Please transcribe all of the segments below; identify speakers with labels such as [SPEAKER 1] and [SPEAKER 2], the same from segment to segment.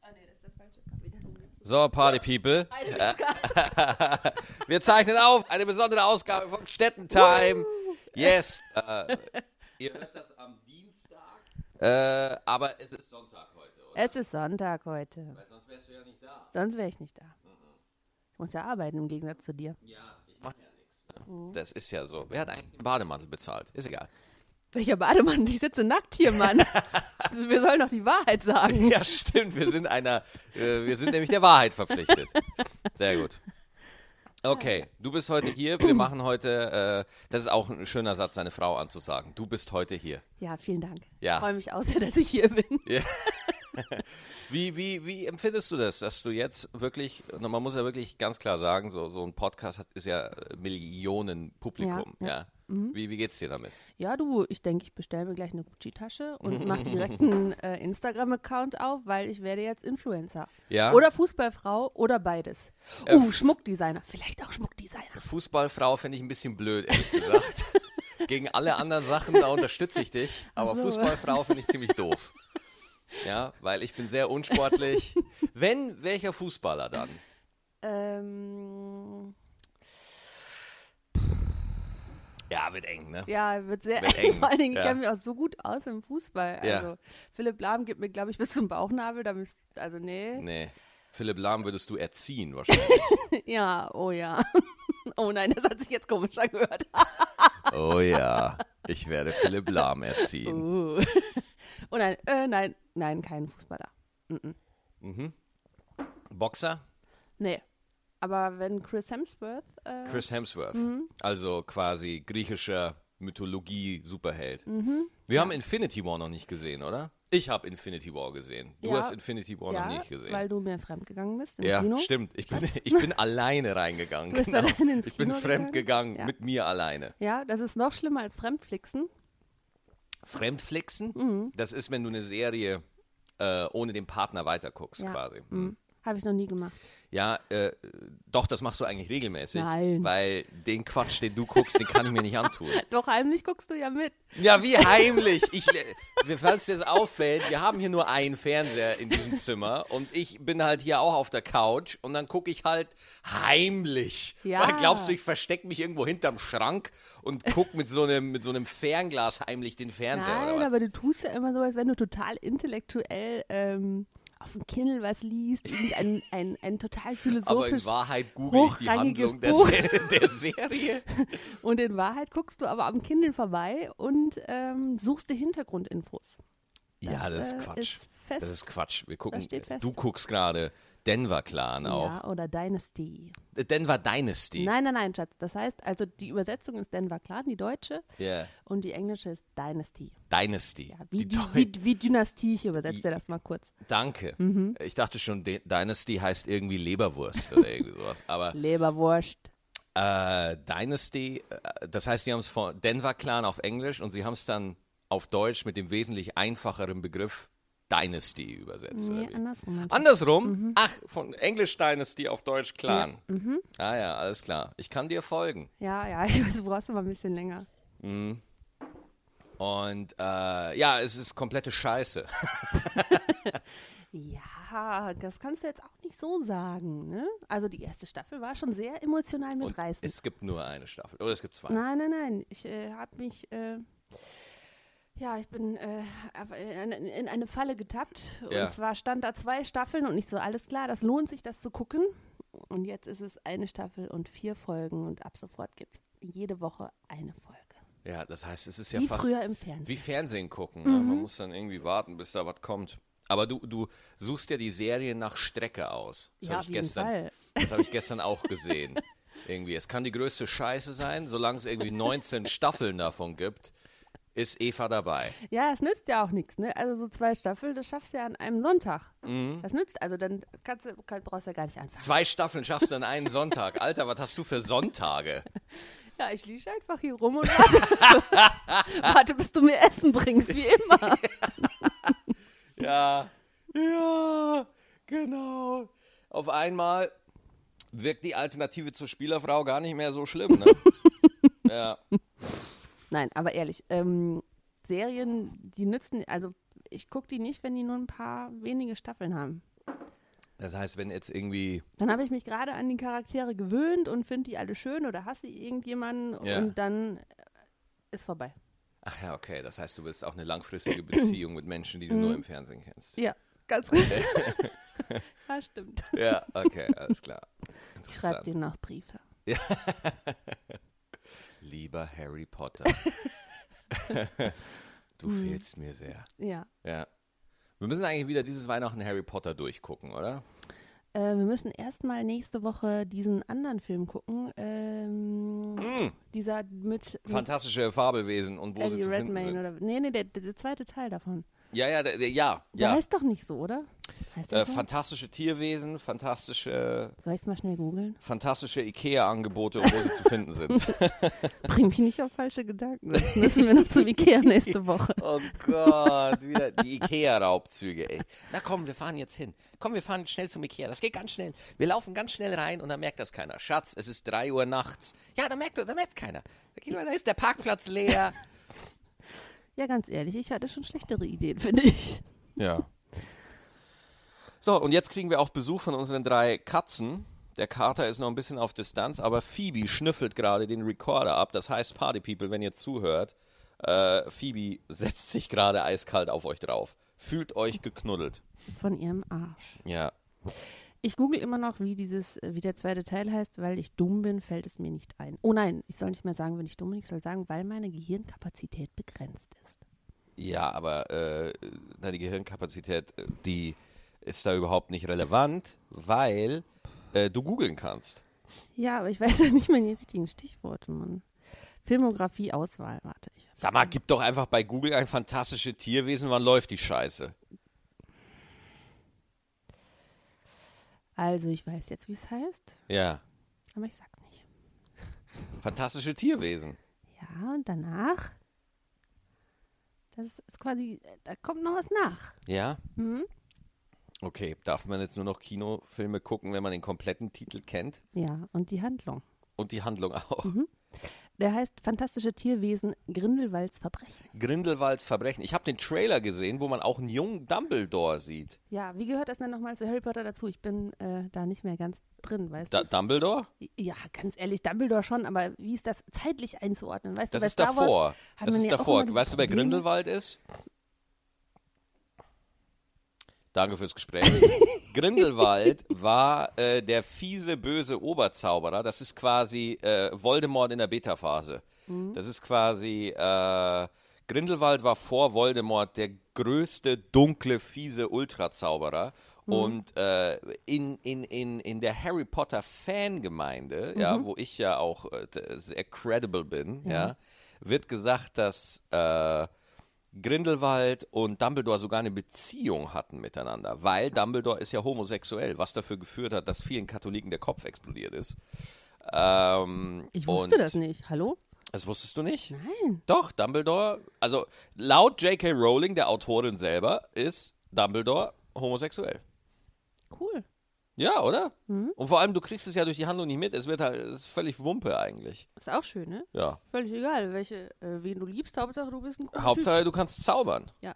[SPEAKER 1] Ah,
[SPEAKER 2] So, Party People. Wir zeichnen auf eine besondere Ausgabe von Städtentime. Yes. Äh, ihr hört das am Dienstag. Äh, aber es ist Sonntag heute, oder?
[SPEAKER 1] Es ist Sonntag heute.
[SPEAKER 2] Weil sonst wärst du ja nicht da. Mhm.
[SPEAKER 1] Sonst wäre ich nicht da. Ich muss ja arbeiten im Gegensatz zu dir.
[SPEAKER 2] Ja, ich mach ja nichts. Ne? Das ist ja so. Wer hat eigentlich den Bademantel bezahlt? Ist egal.
[SPEAKER 1] Welcher Bademann? Ich sitze nackt hier, Mann. Also, Wir sollen doch die Wahrheit sagen.
[SPEAKER 2] Ja, stimmt. Wir sind einer, äh, wir sind nämlich der Wahrheit verpflichtet. Sehr gut. Okay, du bist heute hier. Wir machen heute, äh, das ist auch ein schöner Satz, seine Frau anzusagen. Du bist heute hier.
[SPEAKER 1] Ja, vielen Dank.
[SPEAKER 2] Ja.
[SPEAKER 1] Ich freue mich auch sehr, dass ich hier bin.
[SPEAKER 2] Wie, wie, wie empfindest du das, dass du jetzt wirklich, und man muss ja wirklich ganz klar sagen, so, so ein Podcast hat, ist ja äh, Millionen Publikum. Ja.
[SPEAKER 1] Ja, Mhm. ja.
[SPEAKER 2] Wie, wie geht's dir damit?
[SPEAKER 1] Ja, du, ich denke, ich bestelle mir gleich eine Gucci-Tasche und mache direkt einen äh, Instagram-Account auf, weil ich werde jetzt Influencer.
[SPEAKER 2] Ja.
[SPEAKER 1] Oder Fußballfrau oder beides.
[SPEAKER 2] Äh,
[SPEAKER 1] uh,
[SPEAKER 2] f-
[SPEAKER 1] Schmuckdesigner. Vielleicht auch Schmuckdesigner.
[SPEAKER 2] Fußballfrau finde ich ein bisschen blöd, ehrlich gesagt. Gegen alle anderen Sachen, da unterstütze ich dich. Aber
[SPEAKER 1] So.
[SPEAKER 2] Fußballfrau finde ich ziemlich doof. Ja, weil ich bin sehr unsportlich. Wenn, welcher Fußballer dann?
[SPEAKER 1] Ähm,
[SPEAKER 2] Ja, wird eng, ne?
[SPEAKER 1] ja, wird sehr
[SPEAKER 2] Wird eng,
[SPEAKER 1] Vor allen Dingen, ich
[SPEAKER 2] ja.
[SPEAKER 1] kenne mich auch so gut aus im Fußball.
[SPEAKER 2] Ja.
[SPEAKER 1] Also, Philipp Lahm gibt mir, glaube ich, bis zum Bauchnabel. Da müsst, also, nee.
[SPEAKER 2] Nee. Philipp Lahm würdest du erziehen wahrscheinlich.
[SPEAKER 1] Ja, oh ja. Oh nein, das hat sich jetzt komisch angehört.
[SPEAKER 2] Oh ja, ich werde Philipp Lahm erziehen.
[SPEAKER 1] Uh. Oh nein, äh, nein, nein, kein Fußballer.
[SPEAKER 2] Boxer?
[SPEAKER 1] Nee. Aber wenn Chris Hemsworth. Äh,
[SPEAKER 2] Chris Hemsworth. Also quasi griechischer Mythologie-Superheld.
[SPEAKER 1] Mhm.
[SPEAKER 2] Wir haben Infinity War noch nicht gesehen, oder? Ich habe Infinity War gesehen. Du
[SPEAKER 1] Ja.
[SPEAKER 2] hast Infinity War
[SPEAKER 1] ja,
[SPEAKER 2] noch nicht gesehen.
[SPEAKER 1] weil du mir fremdgegangen bist im
[SPEAKER 2] ja,
[SPEAKER 1] Kino.
[SPEAKER 2] stimmt. Ich bin, ich bin alleine reingegangen.
[SPEAKER 1] Du bist
[SPEAKER 2] genau.
[SPEAKER 1] alleine ins
[SPEAKER 2] ich bin
[SPEAKER 1] Kino
[SPEAKER 2] fremd gegangen,
[SPEAKER 1] gegangen? Ja.
[SPEAKER 2] mit mir alleine.
[SPEAKER 1] Ja, das ist noch schlimmer als Fremdflixen.
[SPEAKER 2] Fremdflixen,
[SPEAKER 1] Mhm.
[SPEAKER 2] das ist, wenn du eine Serie äh, ohne den Partner weiterguckst,
[SPEAKER 1] Ja.
[SPEAKER 2] quasi.
[SPEAKER 1] Mhm. Habe ich noch nie gemacht.
[SPEAKER 2] Ja, äh, doch, das machst du eigentlich regelmäßig.
[SPEAKER 1] Nein.
[SPEAKER 2] Weil den Quatsch, den du guckst, den kann ich mir nicht antun.
[SPEAKER 1] Doch heimlich guckst du ja mit.
[SPEAKER 2] Ja, wie heimlich. Ich, le- falls dir das auffällt, wir haben hier nur einen Fernseher in diesem Zimmer und ich bin halt hier auch auf der Couch und dann gucke ich halt heimlich.
[SPEAKER 1] Ja.
[SPEAKER 2] Weil glaubst du, ich verstecke mich irgendwo hinterm Schrank und guck mit so einem mit so einem Fernglas heimlich den Fernseher
[SPEAKER 1] Nein,
[SPEAKER 2] oder was?
[SPEAKER 1] aber du tust ja immer so, als wenn du total intellektuell ähm, auf dem Kindle was liest, irgendein ein, ein total
[SPEAKER 2] Aber in
[SPEAKER 1] philosophisch.
[SPEAKER 2] Wahrheit google ich die
[SPEAKER 1] hochrangiges
[SPEAKER 2] Handlung der,
[SPEAKER 1] Buch.
[SPEAKER 2] Se der Serie.
[SPEAKER 1] und in Wahrheit guckst du aber am Kindle vorbei und ähm, suchst dir Hintergrundinfos.
[SPEAKER 2] ja, das ist
[SPEAKER 1] äh,
[SPEAKER 2] Quatsch.
[SPEAKER 1] ist fest.
[SPEAKER 2] das ist Quatsch. Wir gucken.
[SPEAKER 1] steht fest.
[SPEAKER 2] Du guckst gerade Denver Clan auch.
[SPEAKER 1] Ja, oder Dynasty.
[SPEAKER 2] Denver Dynasty.
[SPEAKER 1] Nein, nein, nein, Schatz. Das heißt, also die Übersetzung ist Denver Clan, die deutsche,
[SPEAKER 2] Ja.
[SPEAKER 1] und die englische ist Dynasty.
[SPEAKER 2] Dynasty.
[SPEAKER 1] Ja, wie,
[SPEAKER 2] Die
[SPEAKER 1] die
[SPEAKER 2] Deu-
[SPEAKER 1] wie, wie Dynastie, ich übersetze dir das mal kurz.
[SPEAKER 2] Danke. Ich dachte schon, De- Dynasty heißt irgendwie Leberwurst oder irgendwie sowas. Aber
[SPEAKER 1] Leberwurst.
[SPEAKER 2] äh, Dynasty, äh, das heißt, sie haben es von Denver Clan auf Englisch und sie haben es dann auf Deutsch mit dem wesentlich einfacheren Begriff Dynasty übersetzt. oder
[SPEAKER 1] Nee,
[SPEAKER 2] wie?
[SPEAKER 1] andersrum. mein Schatz.
[SPEAKER 2] Andersrum? Ach, von Englisch Dynasty auf Deutsch Clan. Ah ja, alles klar. Ich kann dir folgen.
[SPEAKER 1] Ja, ja, ich weiß, du brauchst aber ein bisschen länger.
[SPEAKER 2] Und äh, ja, es ist komplette Scheiße.
[SPEAKER 1] Ja, das kannst du jetzt auch nicht so sagen, ne? Also die erste Staffel war schon sehr emotional
[SPEAKER 2] Und
[SPEAKER 1] mitreißend.
[SPEAKER 2] es gibt nur eine Staffel. Oder es gibt zwei.
[SPEAKER 1] Nein, nein, nein. Ich äh, habe mich, äh, ja, ich bin äh, auf- in- in eine Falle getappt.
[SPEAKER 2] Ja.
[SPEAKER 1] Und zwar stand da zwei Staffeln und nicht so, alles klar, das lohnt sich, das zu gucken. Und jetzt ist es eine Staffel und vier Folgen und ab sofort gibt es jede Woche eine Folge.
[SPEAKER 2] Ja, das heißt, es ist ja
[SPEAKER 1] Wie
[SPEAKER 2] fast
[SPEAKER 1] früher im Fernsehen. Mhm.
[SPEAKER 2] wie Fernsehen gucken. Ne? Man muss dann irgendwie warten, bis da was kommt. Aber du, du suchst ja die Serie nach Strecke aus. Das
[SPEAKER 1] ja,
[SPEAKER 2] habe
[SPEAKER 1] auf
[SPEAKER 2] ich,
[SPEAKER 1] jeden
[SPEAKER 2] gestern-
[SPEAKER 1] Fall.
[SPEAKER 2] das hab ich gestern auch gesehen. Irgendwie. Es kann die größte Scheiße sein, solange es irgendwie 19 Staffeln davon gibt, ist Eva dabei.
[SPEAKER 1] Ja, es nützt ja auch nichts, ne? Also so zwei Staffeln, das schaffst du ja an einem Sonntag.
[SPEAKER 2] Mhm.
[SPEAKER 1] Das nützt, also dann kannst du, kann, brauchst du ja gar nicht anfangen.
[SPEAKER 2] Zwei Staffeln schaffst du an einem Sonntag. Alter, was hast du für Sonntage?
[SPEAKER 1] Ja, ich liege einfach hier rum und warte, warte, bis du mir Essen bringst, wie immer.
[SPEAKER 2] Ja, ja, genau. Auf einmal wirkt die Alternative zur Spielerfrau gar nicht mehr so schlimm, ne? ja.
[SPEAKER 1] Nein, aber ehrlich, ähm, Serien, die nützen, also ich gucke die nicht, wenn die nur ein paar wenige Staffeln haben.
[SPEAKER 2] Das heißt, wenn jetzt irgendwie,
[SPEAKER 1] Dann habe ich mich gerade an die Charaktere gewöhnt und finde die alle schön oder hasse irgendjemanden
[SPEAKER 2] Ja.
[SPEAKER 1] und dann äh, ist vorbei.
[SPEAKER 2] ach ja, okay, das heißt, du willst auch eine langfristige Beziehung mit Menschen, die du nur im Fernsehen kennst.
[SPEAKER 1] Mhm. Ja, ganz gut. ja, stimmt.
[SPEAKER 2] Ja, okay, alles klar.
[SPEAKER 1] Ich schreibe
[SPEAKER 2] Interessant.
[SPEAKER 1] dir noch Briefe.
[SPEAKER 2] Lieber Harry Potter. du fehlst mir sehr.
[SPEAKER 1] Ja.
[SPEAKER 2] Ja. Wir müssen eigentlich wieder dieses Weihnachten Harry Potter durchgucken, oder?
[SPEAKER 1] Äh, wir müssen erstmal nächste Woche diesen anderen Film gucken. Ähm,
[SPEAKER 2] Mm.
[SPEAKER 1] Dieser mit, mit
[SPEAKER 2] Fantastische Fabelwesen und wo sie
[SPEAKER 1] Eddie
[SPEAKER 2] zu finden
[SPEAKER 1] Mhm. Redmayne
[SPEAKER 2] sind.
[SPEAKER 1] oder. Nee, nee, der, der zweite Teil davon.
[SPEAKER 2] Ja, ja, der, der, ja,
[SPEAKER 1] Der
[SPEAKER 2] ja.
[SPEAKER 1] heißt doch nicht so, oder? Heißt der
[SPEAKER 2] Äh,
[SPEAKER 1] so?
[SPEAKER 2] fantastische Tierwesen, fantastische,
[SPEAKER 1] Soll ich es mal schnell googeln?
[SPEAKER 2] fantastische Ikea-Angebote, und wo sie zu finden sind.
[SPEAKER 1] Bring mich nicht auf falsche Gedanken. Sonst müssen wir noch zu Ikea nächste Woche.
[SPEAKER 2] Oh Gott, wieder die Ikea-Raubzüge, ey. Na komm, wir fahren jetzt hin. Komm, wir fahren schnell zum Ikea. Das geht ganz schnell. Wir laufen ganz schnell rein und dann merkt das keiner. Schatz, es ist 3 Uhr nachts. Ja, da merkt, da merkt keiner. Da, geht man- da ist der Parkplatz leer.
[SPEAKER 1] Ja, ganz ehrlich, ich hatte schon schlechtere Ideen, finde ich.
[SPEAKER 2] Ja. So, und jetzt kriegen wir auch Besuch von unseren drei Katzen. Der Kater ist noch ein bisschen auf Distanz, aber Phoebe schnüffelt gerade den Recorder ab. Das heißt, Party People, wenn ihr zuhört, äh, Phoebe setzt sich gerade eiskalt auf euch drauf. Fühlt euch geknuddelt.
[SPEAKER 1] Von ihrem Arsch.
[SPEAKER 2] Ja.
[SPEAKER 1] Ich google immer noch, wie dieses, äh, wie der zweite Teil heißt, weil ich dumm bin, fällt es mir nicht ein. Oh nein, ich soll nicht mehr sagen, wenn ich dumm bin, ich soll sagen, weil meine Gehirnkapazität begrenzt ist.
[SPEAKER 2] Ja, aber äh, deine Gehirnkapazität, äh, die ist da überhaupt nicht relevant, weil äh, du googeln kannst.
[SPEAKER 1] Ja, aber ich weiß ja nicht mehr die richtigen Stichworte, Mann. Filmografie, Auswahl, warte ich.
[SPEAKER 2] Sag mal, gib doch einfach bei Google ein fantastisches Tierwesen, wann läuft die Scheiße?
[SPEAKER 1] Also, ich weiß jetzt, wie es heißt,
[SPEAKER 2] Ja.
[SPEAKER 1] aber ich sag's nicht.
[SPEAKER 2] Fantastische Tierwesen.
[SPEAKER 1] Ja, und danach. Das ist ist quasi, äh, da kommt noch was nach.
[SPEAKER 2] Ja?
[SPEAKER 1] Mhm.
[SPEAKER 2] Okay, darf man jetzt nur noch Kinofilme gucken, wenn man den kompletten Titel kennt
[SPEAKER 1] Ja, und die Handlung.
[SPEAKER 2] und die Handlung auch?
[SPEAKER 1] Mhm. Der heißt Fantastische Tierwesen Grindelwalds Verbrechen.
[SPEAKER 2] Grindelwalds Verbrechen. Ich habe den Trailer gesehen, wo man auch einen jungen Dumbledore sieht.
[SPEAKER 1] Ja, wie gehört das denn nochmal zu Harry Potter dazu? Ich bin äh, da nicht mehr ganz drin, weißt
[SPEAKER 2] Da Dumbledore?
[SPEAKER 1] du? Ja, ganz ehrlich, Dumbledore schon, aber wie ist das zeitlich einzuordnen? Weißt
[SPEAKER 2] Das
[SPEAKER 1] du, bei
[SPEAKER 2] ist
[SPEAKER 1] Star Wars
[SPEAKER 2] davor.
[SPEAKER 1] hat
[SPEAKER 2] das
[SPEAKER 1] man
[SPEAKER 2] ist
[SPEAKER 1] ja auch
[SPEAKER 2] davor.
[SPEAKER 1] immer dieses
[SPEAKER 2] Weißt du, wer
[SPEAKER 1] Problem.
[SPEAKER 2] Grindelwald ist? Danke fürs Gespräch. Grindelwald war äh, der fiese, böse Oberzauberer. Das ist quasi äh, Voldemort in der Beta-Phase. Das ist quasi. Äh, Grindelwald war vor Voldemort der größte, dunkle, fiese Ultrazauberer. Und äh, in, in, in, in der Harry Potter Fangemeinde, ja, wo ich ja auch äh, d- sehr credible bin, ja, wird gesagt, dass äh, Grindelwald und Dumbledore sogar eine Beziehung hatten miteinander, weil Dumbledore ist ja homosexuell, was dafür geführt hat, dass vielen Katholiken der Kopf explodiert ist. Ähm,
[SPEAKER 1] Ich wusste
[SPEAKER 2] und-
[SPEAKER 1] das nicht. Hallo?
[SPEAKER 2] Das wusstest du nicht?
[SPEAKER 1] Nein.
[SPEAKER 2] Doch, Dumbledore, also laut J.K. Rowling, der Autorin selber, ist Dumbledore homosexuell.
[SPEAKER 1] Cool.
[SPEAKER 2] Ja, oder?
[SPEAKER 1] Mhm.
[SPEAKER 2] Und vor allem, du kriegst es ja durch die Handlung nicht mit. Es wird halt, es ist völlig Wumpe eigentlich.
[SPEAKER 1] Ist auch schön, ne?
[SPEAKER 2] Ja.
[SPEAKER 1] Völlig egal, welche, äh, wen du liebst, Hauptsache du bist ein cooler
[SPEAKER 2] Hauptsache, du kannst zaubern.
[SPEAKER 1] Typ. Ja.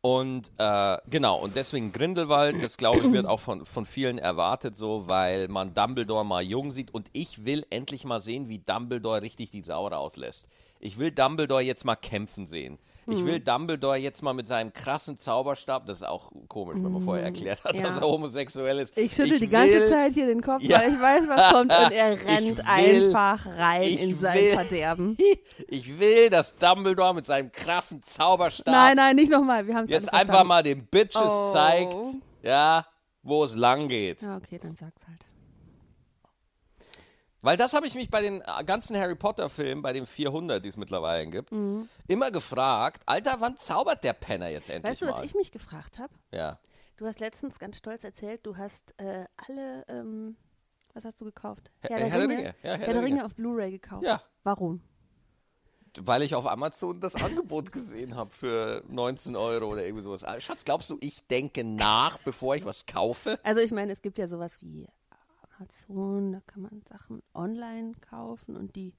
[SPEAKER 2] Und äh, genau, und deswegen Grindelwald, das glaube ich, wird auch von, von vielen erwartet, so, weil man Dumbledore mal jung sieht. Und ich will endlich mal sehen, wie Dumbledore richtig die Sau rauslässt. Ich will Dumbledore jetzt mal kämpfen sehen.
[SPEAKER 1] Mhm.
[SPEAKER 2] Ich will Dumbledore jetzt mal mit seinem krassen Zauberstab, das ist auch komisch, wenn man vorher erklärt hat,
[SPEAKER 1] Mhm. ja.
[SPEAKER 2] dass er homosexuell ist.
[SPEAKER 1] Ich schüttel die
[SPEAKER 2] will-
[SPEAKER 1] ganze Zeit hier den Kopf,
[SPEAKER 2] Ja.
[SPEAKER 1] weil ich weiß, was kommt und er
[SPEAKER 2] Ich
[SPEAKER 1] rennt
[SPEAKER 2] will-
[SPEAKER 1] einfach rein
[SPEAKER 2] ich
[SPEAKER 1] in sein
[SPEAKER 2] will-
[SPEAKER 1] Verderben.
[SPEAKER 2] Ich will, dass Dumbledore mit seinem krassen Zauberstab
[SPEAKER 1] Nein, nein, nicht nochmal. Wir haben es
[SPEAKER 2] jetzt
[SPEAKER 1] alle
[SPEAKER 2] einfach
[SPEAKER 1] verstanden.
[SPEAKER 2] mal den Bitches
[SPEAKER 1] Oh.
[SPEAKER 2] zeigt, ja, wo es lang geht.
[SPEAKER 1] Ja, okay, dann sag's halt.
[SPEAKER 2] Weil das habe ich mich bei den äh, ganzen Harry Potter-Filmen, bei den 400, die es mittlerweile gibt,
[SPEAKER 1] Mhm.
[SPEAKER 2] immer gefragt, Alter, wann zaubert der Penner jetzt endlich
[SPEAKER 1] Weißt du,
[SPEAKER 2] mal?
[SPEAKER 1] was ich mich gefragt habe?
[SPEAKER 2] ja.
[SPEAKER 1] Du hast letztens ganz stolz erzählt, du hast äh, alle, ähm, was hast du gekauft?
[SPEAKER 2] Herr- Herr der Ringe. Ja,
[SPEAKER 1] Herr, der Ringe auf Blu-ray gekauft.
[SPEAKER 2] Ja.
[SPEAKER 1] Warum?
[SPEAKER 2] Weil ich auf Amazon das Angebot gesehen habe für 19 Euro oder irgendwie sowas. Ah, Schatz, glaubst du, ich denke nach, bevor ich was kaufe?
[SPEAKER 1] Also ich meine, es gibt ja sowas wie Amazon, da kann man Sachen online kaufen und die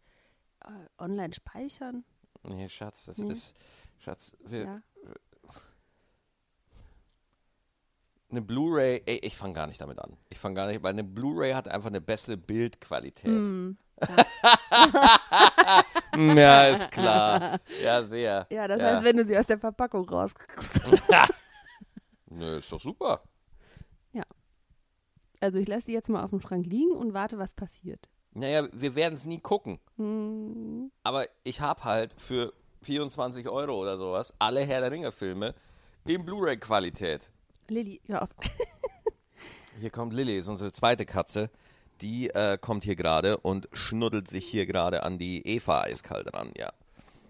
[SPEAKER 1] äh, online speichern.
[SPEAKER 2] Nee, Schatz, das
[SPEAKER 1] Nee.
[SPEAKER 2] ist. Schatz, wir,
[SPEAKER 1] Ja.
[SPEAKER 2] eine Blu-ray, ey, ich fange gar nicht damit an. Ich fange gar nicht, weil eine Blu-ray hat einfach eine bessere Bildqualität.
[SPEAKER 1] Mm,
[SPEAKER 2] Hm, ja, ist klar. Ja, sehr.
[SPEAKER 1] Ja, das
[SPEAKER 2] ja.
[SPEAKER 1] heißt, wenn du sie aus der Verpackung rauskriegst.
[SPEAKER 2] Nö, ist doch super.
[SPEAKER 1] Also ich lasse die jetzt mal auf dem Schrank liegen und warte, was passiert.
[SPEAKER 2] Naja, wir werden es nie gucken.
[SPEAKER 1] Hm,
[SPEAKER 2] Aber ich habe halt für 24 Euro oder sowas alle Herr der Ringe-Filme in Blu-ray-Qualität.
[SPEAKER 1] Lilly, hör auf.
[SPEAKER 2] Hier kommt Lilly, ist unsere zweite Katze. Die äh, kommt hier gerade und schnuddelt sich hier gerade an die Eva eiskalt ran, ja.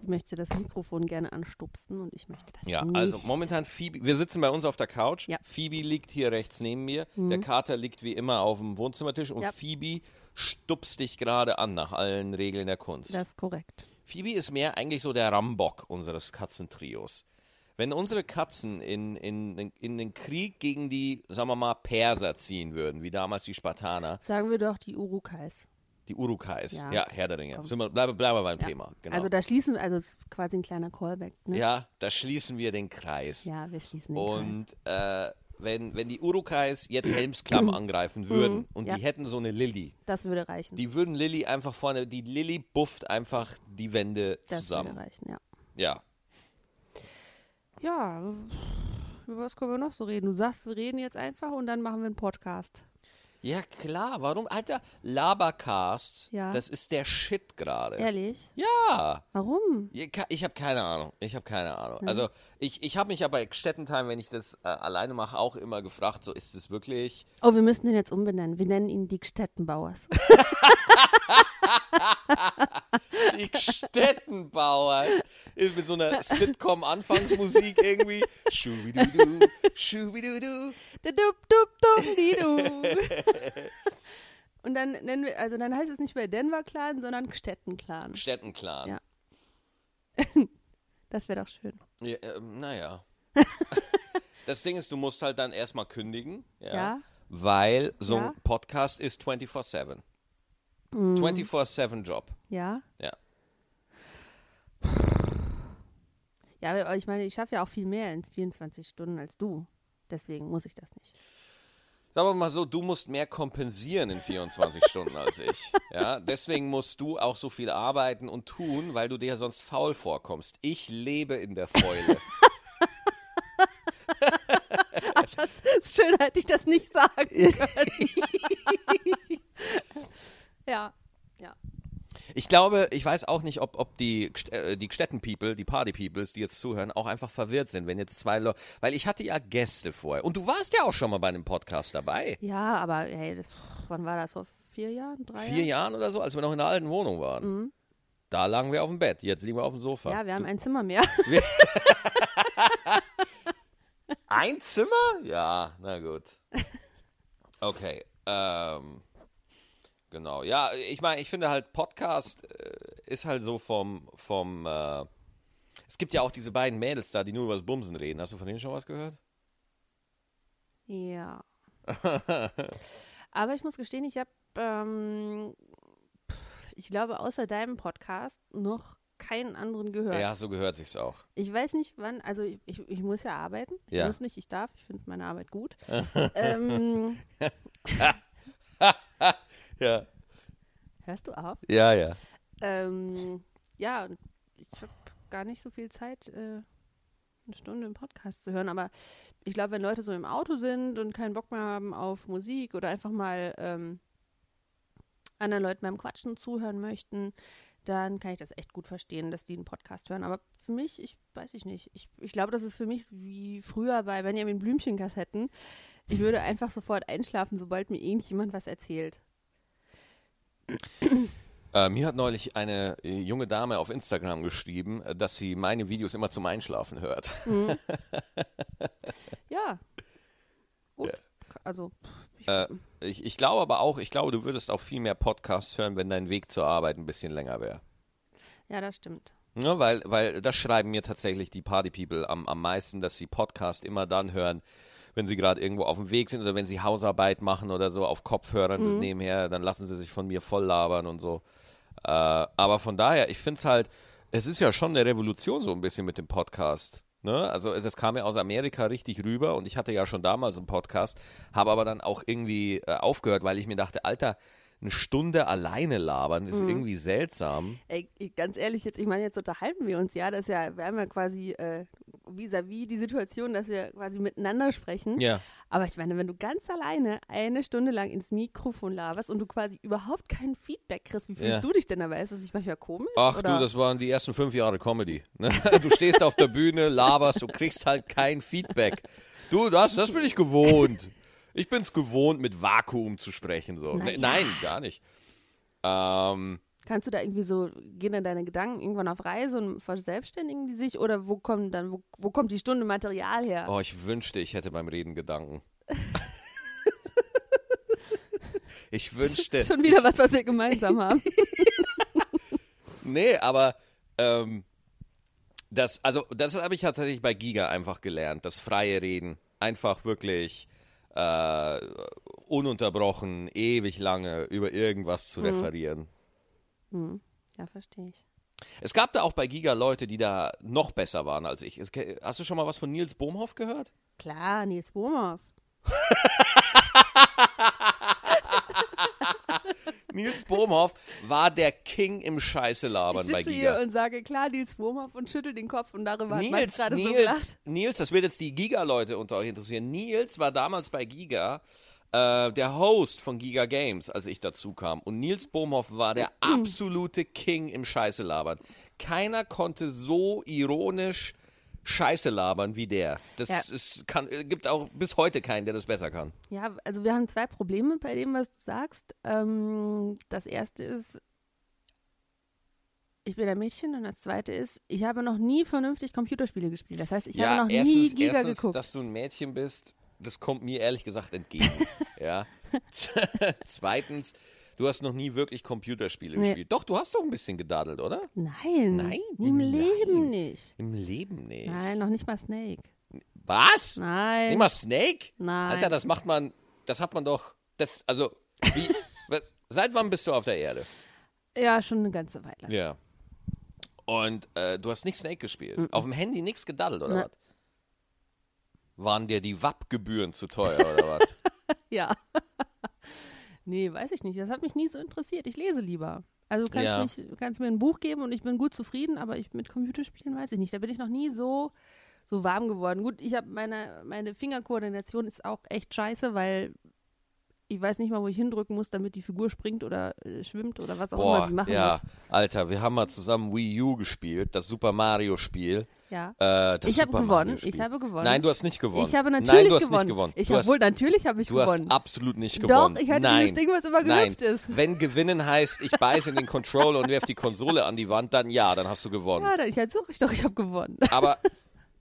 [SPEAKER 1] Ich möchte das Mikrofon gerne anstupsen und ich möchte das
[SPEAKER 2] Ja,
[SPEAKER 1] nicht.
[SPEAKER 2] also momentan Phoebe, wir sitzen bei uns auf der Couch.
[SPEAKER 1] Ja. Mhm.
[SPEAKER 2] Phoebe liegt hier rechts neben mir. Der Kater liegt wie immer auf dem Wohnzimmertisch und
[SPEAKER 1] Ja.
[SPEAKER 2] Phoebe stupst dich gerade an nach allen Regeln der Kunst.
[SPEAKER 1] Das ist korrekt.
[SPEAKER 2] Phoebe ist mehr eigentlich so der Rambock unseres Katzentrios. Wenn unsere Katzen in, in, in den Krieg gegen die, sagen wir mal, Perser ziehen würden, wie damals die Spartaner,
[SPEAKER 1] Sagen wir doch die Urukais.
[SPEAKER 2] die Urukais, ja,
[SPEAKER 1] Ja.
[SPEAKER 2] Herr der Ringe,
[SPEAKER 1] Komm.
[SPEAKER 2] Sind wir, bleiben, bleiben wir beim
[SPEAKER 1] Ja.
[SPEAKER 2] Thema. Genau.
[SPEAKER 1] Also da schließen, also es ist quasi ein kleiner Callback. Ne?
[SPEAKER 2] ja, da schließen wir den Kreis.
[SPEAKER 1] Ja, wir schließen den Kreis.
[SPEAKER 2] Und äh, wenn, wenn die Urukais jetzt Helmsklamm angreifen würden und
[SPEAKER 1] Mhm. ja.
[SPEAKER 2] die hätten so eine Lilly,
[SPEAKER 1] Das würde reichen.
[SPEAKER 2] die würden Lilly einfach vorne, die Lilly bufft einfach die Wände
[SPEAKER 1] das würde
[SPEAKER 2] zusammen.
[SPEAKER 1] reichen, ja.
[SPEAKER 2] Ja.
[SPEAKER 1] Ja, über was können wir noch so reden? Du sagst, wir reden jetzt einfach und dann machen wir einen Podcast.
[SPEAKER 2] Ja, klar, warum? Alter, Labercasts,
[SPEAKER 1] Ja.
[SPEAKER 2] das ist der Shit gerade.
[SPEAKER 1] Ehrlich?
[SPEAKER 2] Ja.
[SPEAKER 1] Warum?
[SPEAKER 2] Ich ka- Ich habe keine Ahnung. Ich habe keine
[SPEAKER 1] Mhm.
[SPEAKER 2] Ahnung. Also, ich, ich habe mich ja bei Städtentheim, wenn ich das äh, alleine mache, auch immer gefragt, so ist es wirklich.
[SPEAKER 1] Oh, wir müssen den jetzt umbenennen. Wir nennen ihn die Städtenbauers.
[SPEAKER 2] Die Städtenbauer ist mit so einer Sitcom-Anfangsmusik irgendwie. Schubidudu, schubidudu.
[SPEAKER 1] Da dup, dup, dup, di, du. Und dann nennen wir, also dann heißt es nicht mehr Denver Clan, sondern Gstetten Clan.
[SPEAKER 2] Städtenclan.
[SPEAKER 1] Ja. Das wäre doch schön.
[SPEAKER 2] Ja, ähm, naja. das Ding ist, du musst halt dann erstmal kündigen, ja,
[SPEAKER 1] Ja.
[SPEAKER 2] weil so ein
[SPEAKER 1] Ja. Mhm.
[SPEAKER 2] Podcast ist 24-7. 24-7-Job.
[SPEAKER 1] Ja?
[SPEAKER 2] Ja.
[SPEAKER 1] Ja, aber ich meine, ich schaffe ja auch viel mehr in 24 Stunden als du. Deswegen muss ich das nicht.
[SPEAKER 2] Sagen wir mal so, du musst mehr kompensieren in 24 Stunden als ich. Ja, deswegen musst du auch so viel arbeiten und tun, weil du dir sonst faul vorkommst. Ich lebe in der Fäule.
[SPEAKER 1] Ist schön hätte ich das nicht sagen können. ja, ja.
[SPEAKER 2] Ich glaube, ich weiß auch nicht, ob, ob die, Gst- äh, die Städten-People, die Party-Peoples, die jetzt zuhören, auch einfach verwirrt sind, wenn jetzt zwei Leute. Weil ich hatte ja Gäste vorher. Und du warst ja auch schon mal bei einem Podcast dabei.
[SPEAKER 1] Ja, aber hey, das, wann war das? Vor vier Jahren? Drei
[SPEAKER 2] Vier Jahren oder so, als wir noch in der alten Wohnung waren. Da lagen wir auf dem Bett, jetzt liegen wir auf dem Sofa.
[SPEAKER 1] Mhm. Ja, wir haben ein Zimmer mehr.
[SPEAKER 2] Ein Zimmer? Ja, na gut. Okay. Ähm, genau. Ja, ich meine, ich finde halt, Podcast äh, ist halt so vom. vom äh, es gibt ja auch diese beiden Mädels da, die nur über das Bumsen reden. Hast du von denen schon was gehört?
[SPEAKER 1] Ja. Aber ich muss gestehen, ich habe, ähm, pff, ich glaube, außer deinem Podcast noch keinen anderen gehört.
[SPEAKER 2] Ja, so gehört sich's auch.
[SPEAKER 1] Ich weiß nicht, wann, also ich, ich, ich muss ja arbeiten. Ich
[SPEAKER 2] Ja.
[SPEAKER 1] muss nicht, ich darf. Ich finde meine Arbeit gut. ähm,
[SPEAKER 2] Ja,
[SPEAKER 1] hörst du auf?
[SPEAKER 2] ja, ja.
[SPEAKER 1] Ähm, ja, und ich habe gar nicht so viel Zeit, äh, eine Stunde im Podcast zu hören, aber ich glaube, wenn Leute so im Auto sind und keinen Bock mehr haben auf Musik oder einfach mal ähm, anderen Leuten beim Quatschen zuhören möchten, dann kann ich das echt gut verstehen, dass die einen Podcast hören. Aber für mich, ich weiß ich nicht. Ich, ich glaube, das ist für mich wie früher bei Benjamin Blümchen-Kassetten. Ich würde einfach sofort einschlafen, sobald mir irgendjemand was erzählt.
[SPEAKER 2] Äh, mir hat neulich eine äh, junge Dame auf Instagram geschrieben, äh, dass sie meine Videos immer zum Einschlafen hört.
[SPEAKER 1] Ja. Gut. Also, pff, ich
[SPEAKER 2] Äh, ich, ich glaube aber auch, ich glaube, du würdest auch viel mehr Podcasts hören, wenn dein Weg zur Arbeit ein bisschen länger wäre.
[SPEAKER 1] Ja, das stimmt.
[SPEAKER 2] Ne, weil, weil das schreiben mir tatsächlich die Party People am, am meisten, dass sie Podcast immer dann hören, wenn sie gerade irgendwo auf dem Weg sind oder wenn sie Hausarbeit machen oder so auf Kopfhörern das nebenher, dann lassen sie sich von mir voll labern und so. Äh, aber von daher, ich finde es halt, es ist ja schon eine Revolution so ein bisschen mit dem Podcast. Ne? Also das kam ja aus Amerika richtig rüber und ich hatte ja schon damals einen Podcast, habe aber dann auch irgendwie äh, aufgehört, weil ich mir dachte, Alter, eine Stunde alleine labern ist irgendwie seltsam.
[SPEAKER 1] Ey, ganz ehrlich, jetzt, ich meine, jetzt unterhalten wir uns ja, das ist ja, wir haben ja quasi äh, vis-à-vis die Situation, dass wir quasi miteinander sprechen.
[SPEAKER 2] Ja.
[SPEAKER 1] Aber ich meine, wenn du ganz alleine eine Stunde lang ins Mikrofon laberst und du quasi überhaupt kein Feedback kriegst, wie fühlst
[SPEAKER 2] Ja.
[SPEAKER 1] du dich denn dabei? Ist das nicht manchmal komisch?
[SPEAKER 2] Ach
[SPEAKER 1] oder?
[SPEAKER 2] du, das waren die ersten fünf Jahre Comedy. Ne? Du stehst auf der Bühne, laberst, du kriegst halt kein Feedback. Du, das, das bin ich gewohnt. Ich bin's gewohnt, mit Vakuum zu sprechen. So.
[SPEAKER 1] Na
[SPEAKER 2] Ne-
[SPEAKER 1] ja.
[SPEAKER 2] Nein, gar nicht. Ähm,
[SPEAKER 1] Kannst du da irgendwie so, gehen dann deine Gedanken irgendwann auf Reise und verselbstständigen die sich? Oder wo kommt dann, wo, wo kommt die Stunde Material her?
[SPEAKER 2] oh, ich wünschte, ich hätte beim Reden Gedanken. Ich wünschte.
[SPEAKER 1] Schon wieder was, was wir gemeinsam haben.
[SPEAKER 2] Nee, aber ähm, das, also das habe ich tatsächlich bei Giga einfach gelernt, das freie Reden. Einfach wirklich äh, ununterbrochen, ewig lange über irgendwas
[SPEAKER 1] Mhm.
[SPEAKER 2] zu referieren.
[SPEAKER 1] ja, verstehe ich.
[SPEAKER 2] Es gab da auch bei Giga Leute, die da noch besser waren als ich. Es, ke- hast du schon mal was von Nils Bohmhoff gehört?
[SPEAKER 1] Klar, Nils Bohmhoff.
[SPEAKER 2] Nils Bohmhoff war der King im
[SPEAKER 1] Ich
[SPEAKER 2] Scheißelabern bei
[SPEAKER 1] sitze
[SPEAKER 2] Giga.
[SPEAKER 1] hier und sage, klar, Nils Bohmhoff und schüttel den Kopf und darüber hat Max
[SPEAKER 2] Nils,
[SPEAKER 1] gerade so
[SPEAKER 2] Nils,
[SPEAKER 1] gelacht.
[SPEAKER 2] Nils, das wird jetzt die Giga-Leute unter euch interessieren. Nils war damals bei Giga äh, der Host von Giga Games, als ich dazu kam. Und Nils Bohmhoff war der absolute King im Scheiße labern. Keiner konnte so ironisch Scheiße labern wie der. Das
[SPEAKER 1] Ja.
[SPEAKER 2] ist, kann, äh, gibt auch bis heute keinen, der das besser kann.
[SPEAKER 1] Ja, also wir haben zwei Probleme bei dem, was du sagst. Ähm, das erste ist, ich bin ein Mädchen und das zweite ist, ich habe noch nie vernünftig Computerspiele gespielt. Das heißt, ich habe noch nie Giga
[SPEAKER 2] erstens,
[SPEAKER 1] geguckt.
[SPEAKER 2] dass du ein Mädchen bist, das kommt mir ehrlich gesagt entgegen. ja. Zweitens, du hast noch nie wirklich Computerspiele
[SPEAKER 1] Nee.
[SPEAKER 2] gespielt. Doch, du hast doch ein bisschen gedadelt, oder?
[SPEAKER 1] Nein,
[SPEAKER 2] Nein,
[SPEAKER 1] nie im
[SPEAKER 2] nein.
[SPEAKER 1] Leben nicht.
[SPEAKER 2] Im Leben nicht.
[SPEAKER 1] Nein, noch nicht mal Snake.
[SPEAKER 2] Was?
[SPEAKER 1] Nein.
[SPEAKER 2] Nicht mal Snake?
[SPEAKER 1] Nein.
[SPEAKER 2] Alter, das macht man, das hat man doch, das, also, wie, wa- seit wann bist du auf der Erde?
[SPEAKER 1] Ja, schon eine ganze Weile.
[SPEAKER 2] Ja. Und äh, du hast nicht Snake gespielt.
[SPEAKER 1] Mhm.
[SPEAKER 2] Auf dem Handy nichts gedaddelt, oder
[SPEAKER 1] Na.
[SPEAKER 2] was? Waren dir die WAP-Gebühren zu teuer, oder was?
[SPEAKER 1] Ja. nee, weiß ich nicht. Das hat mich nie so interessiert. Ich lese lieber. Also du kannst,
[SPEAKER 2] Ja.
[SPEAKER 1] mich, kannst mir ein Buch geben und ich bin gut zufrieden, aber ich mit Computerspielen weiß ich nicht. Da bin ich noch nie so, so warm geworden. Gut, ich habe meine, meine Fingerkoordination ist auch echt scheiße, weil ich weiß nicht mal, wo ich hindrücken muss, damit die Figur springt oder äh, schwimmt oder was auch immer sie machen
[SPEAKER 2] ja.
[SPEAKER 1] muss.
[SPEAKER 2] Alter, wir haben mal zusammen Wii U gespielt, das Super Mario-Spiel.
[SPEAKER 1] Ja.
[SPEAKER 2] Äh, das
[SPEAKER 1] Ich habe
[SPEAKER 2] Super
[SPEAKER 1] gewonnen,
[SPEAKER 2] Mario-Spiel.
[SPEAKER 1] ich habe gewonnen.
[SPEAKER 2] Nein, du hast nicht gewonnen.
[SPEAKER 1] Ich habe
[SPEAKER 2] Nein,
[SPEAKER 1] natürlich
[SPEAKER 2] du hast
[SPEAKER 1] gewonnen.
[SPEAKER 2] nicht gewonnen.
[SPEAKER 1] Ich
[SPEAKER 2] du
[SPEAKER 1] habe
[SPEAKER 2] hast
[SPEAKER 1] wohl natürlich habe ich
[SPEAKER 2] Du
[SPEAKER 1] gewonnen.
[SPEAKER 2] hast absolut nicht
[SPEAKER 1] Doch,
[SPEAKER 2] gewonnen.
[SPEAKER 1] ich hatte
[SPEAKER 2] Nein.
[SPEAKER 1] dieses Ding, was immer
[SPEAKER 2] Nein.
[SPEAKER 1] gehüpft ist.
[SPEAKER 2] Wenn gewinnen heißt, ich beiße in den Controller und werfe die Konsole an die Wand, dann ja, dann hast du gewonnen.
[SPEAKER 1] ja, dann, ich halt suche ich doch, ich habe gewonnen.
[SPEAKER 2] Aber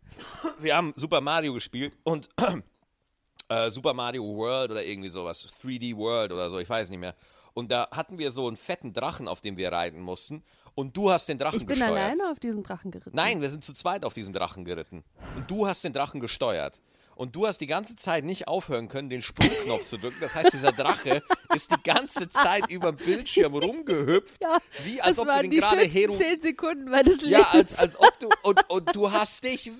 [SPEAKER 2] wir haben Super Mario gespielt und äh, Super Mario World oder irgendwie sowas, 3D World oder so, ich weiß nicht mehr. Und da hatten wir so einen fetten Drachen, auf dem wir reiten mussten. Und du hast den Drachen
[SPEAKER 1] Ich bin
[SPEAKER 2] gesteuert.
[SPEAKER 1] alleine auf diesem Drachen geritten.
[SPEAKER 2] Nein, wir sind zu zweit auf diesem Drachen geritten. Und du hast den Drachen gesteuert. Und du hast die ganze Zeit nicht aufhören können, den Sprungknopf zu drücken. Das heißt, dieser Drache ist die ganze Zeit über dem Bildschirm rumgehüpft,
[SPEAKER 1] Ja,
[SPEAKER 2] wie als
[SPEAKER 1] das
[SPEAKER 2] ob du
[SPEAKER 1] waren
[SPEAKER 2] den
[SPEAKER 1] die
[SPEAKER 2] gerade
[SPEAKER 1] schönsten
[SPEAKER 2] Hero
[SPEAKER 1] zehn Sekunden meines Lebens.
[SPEAKER 2] ja, als, als ob du. Und, und du hast dich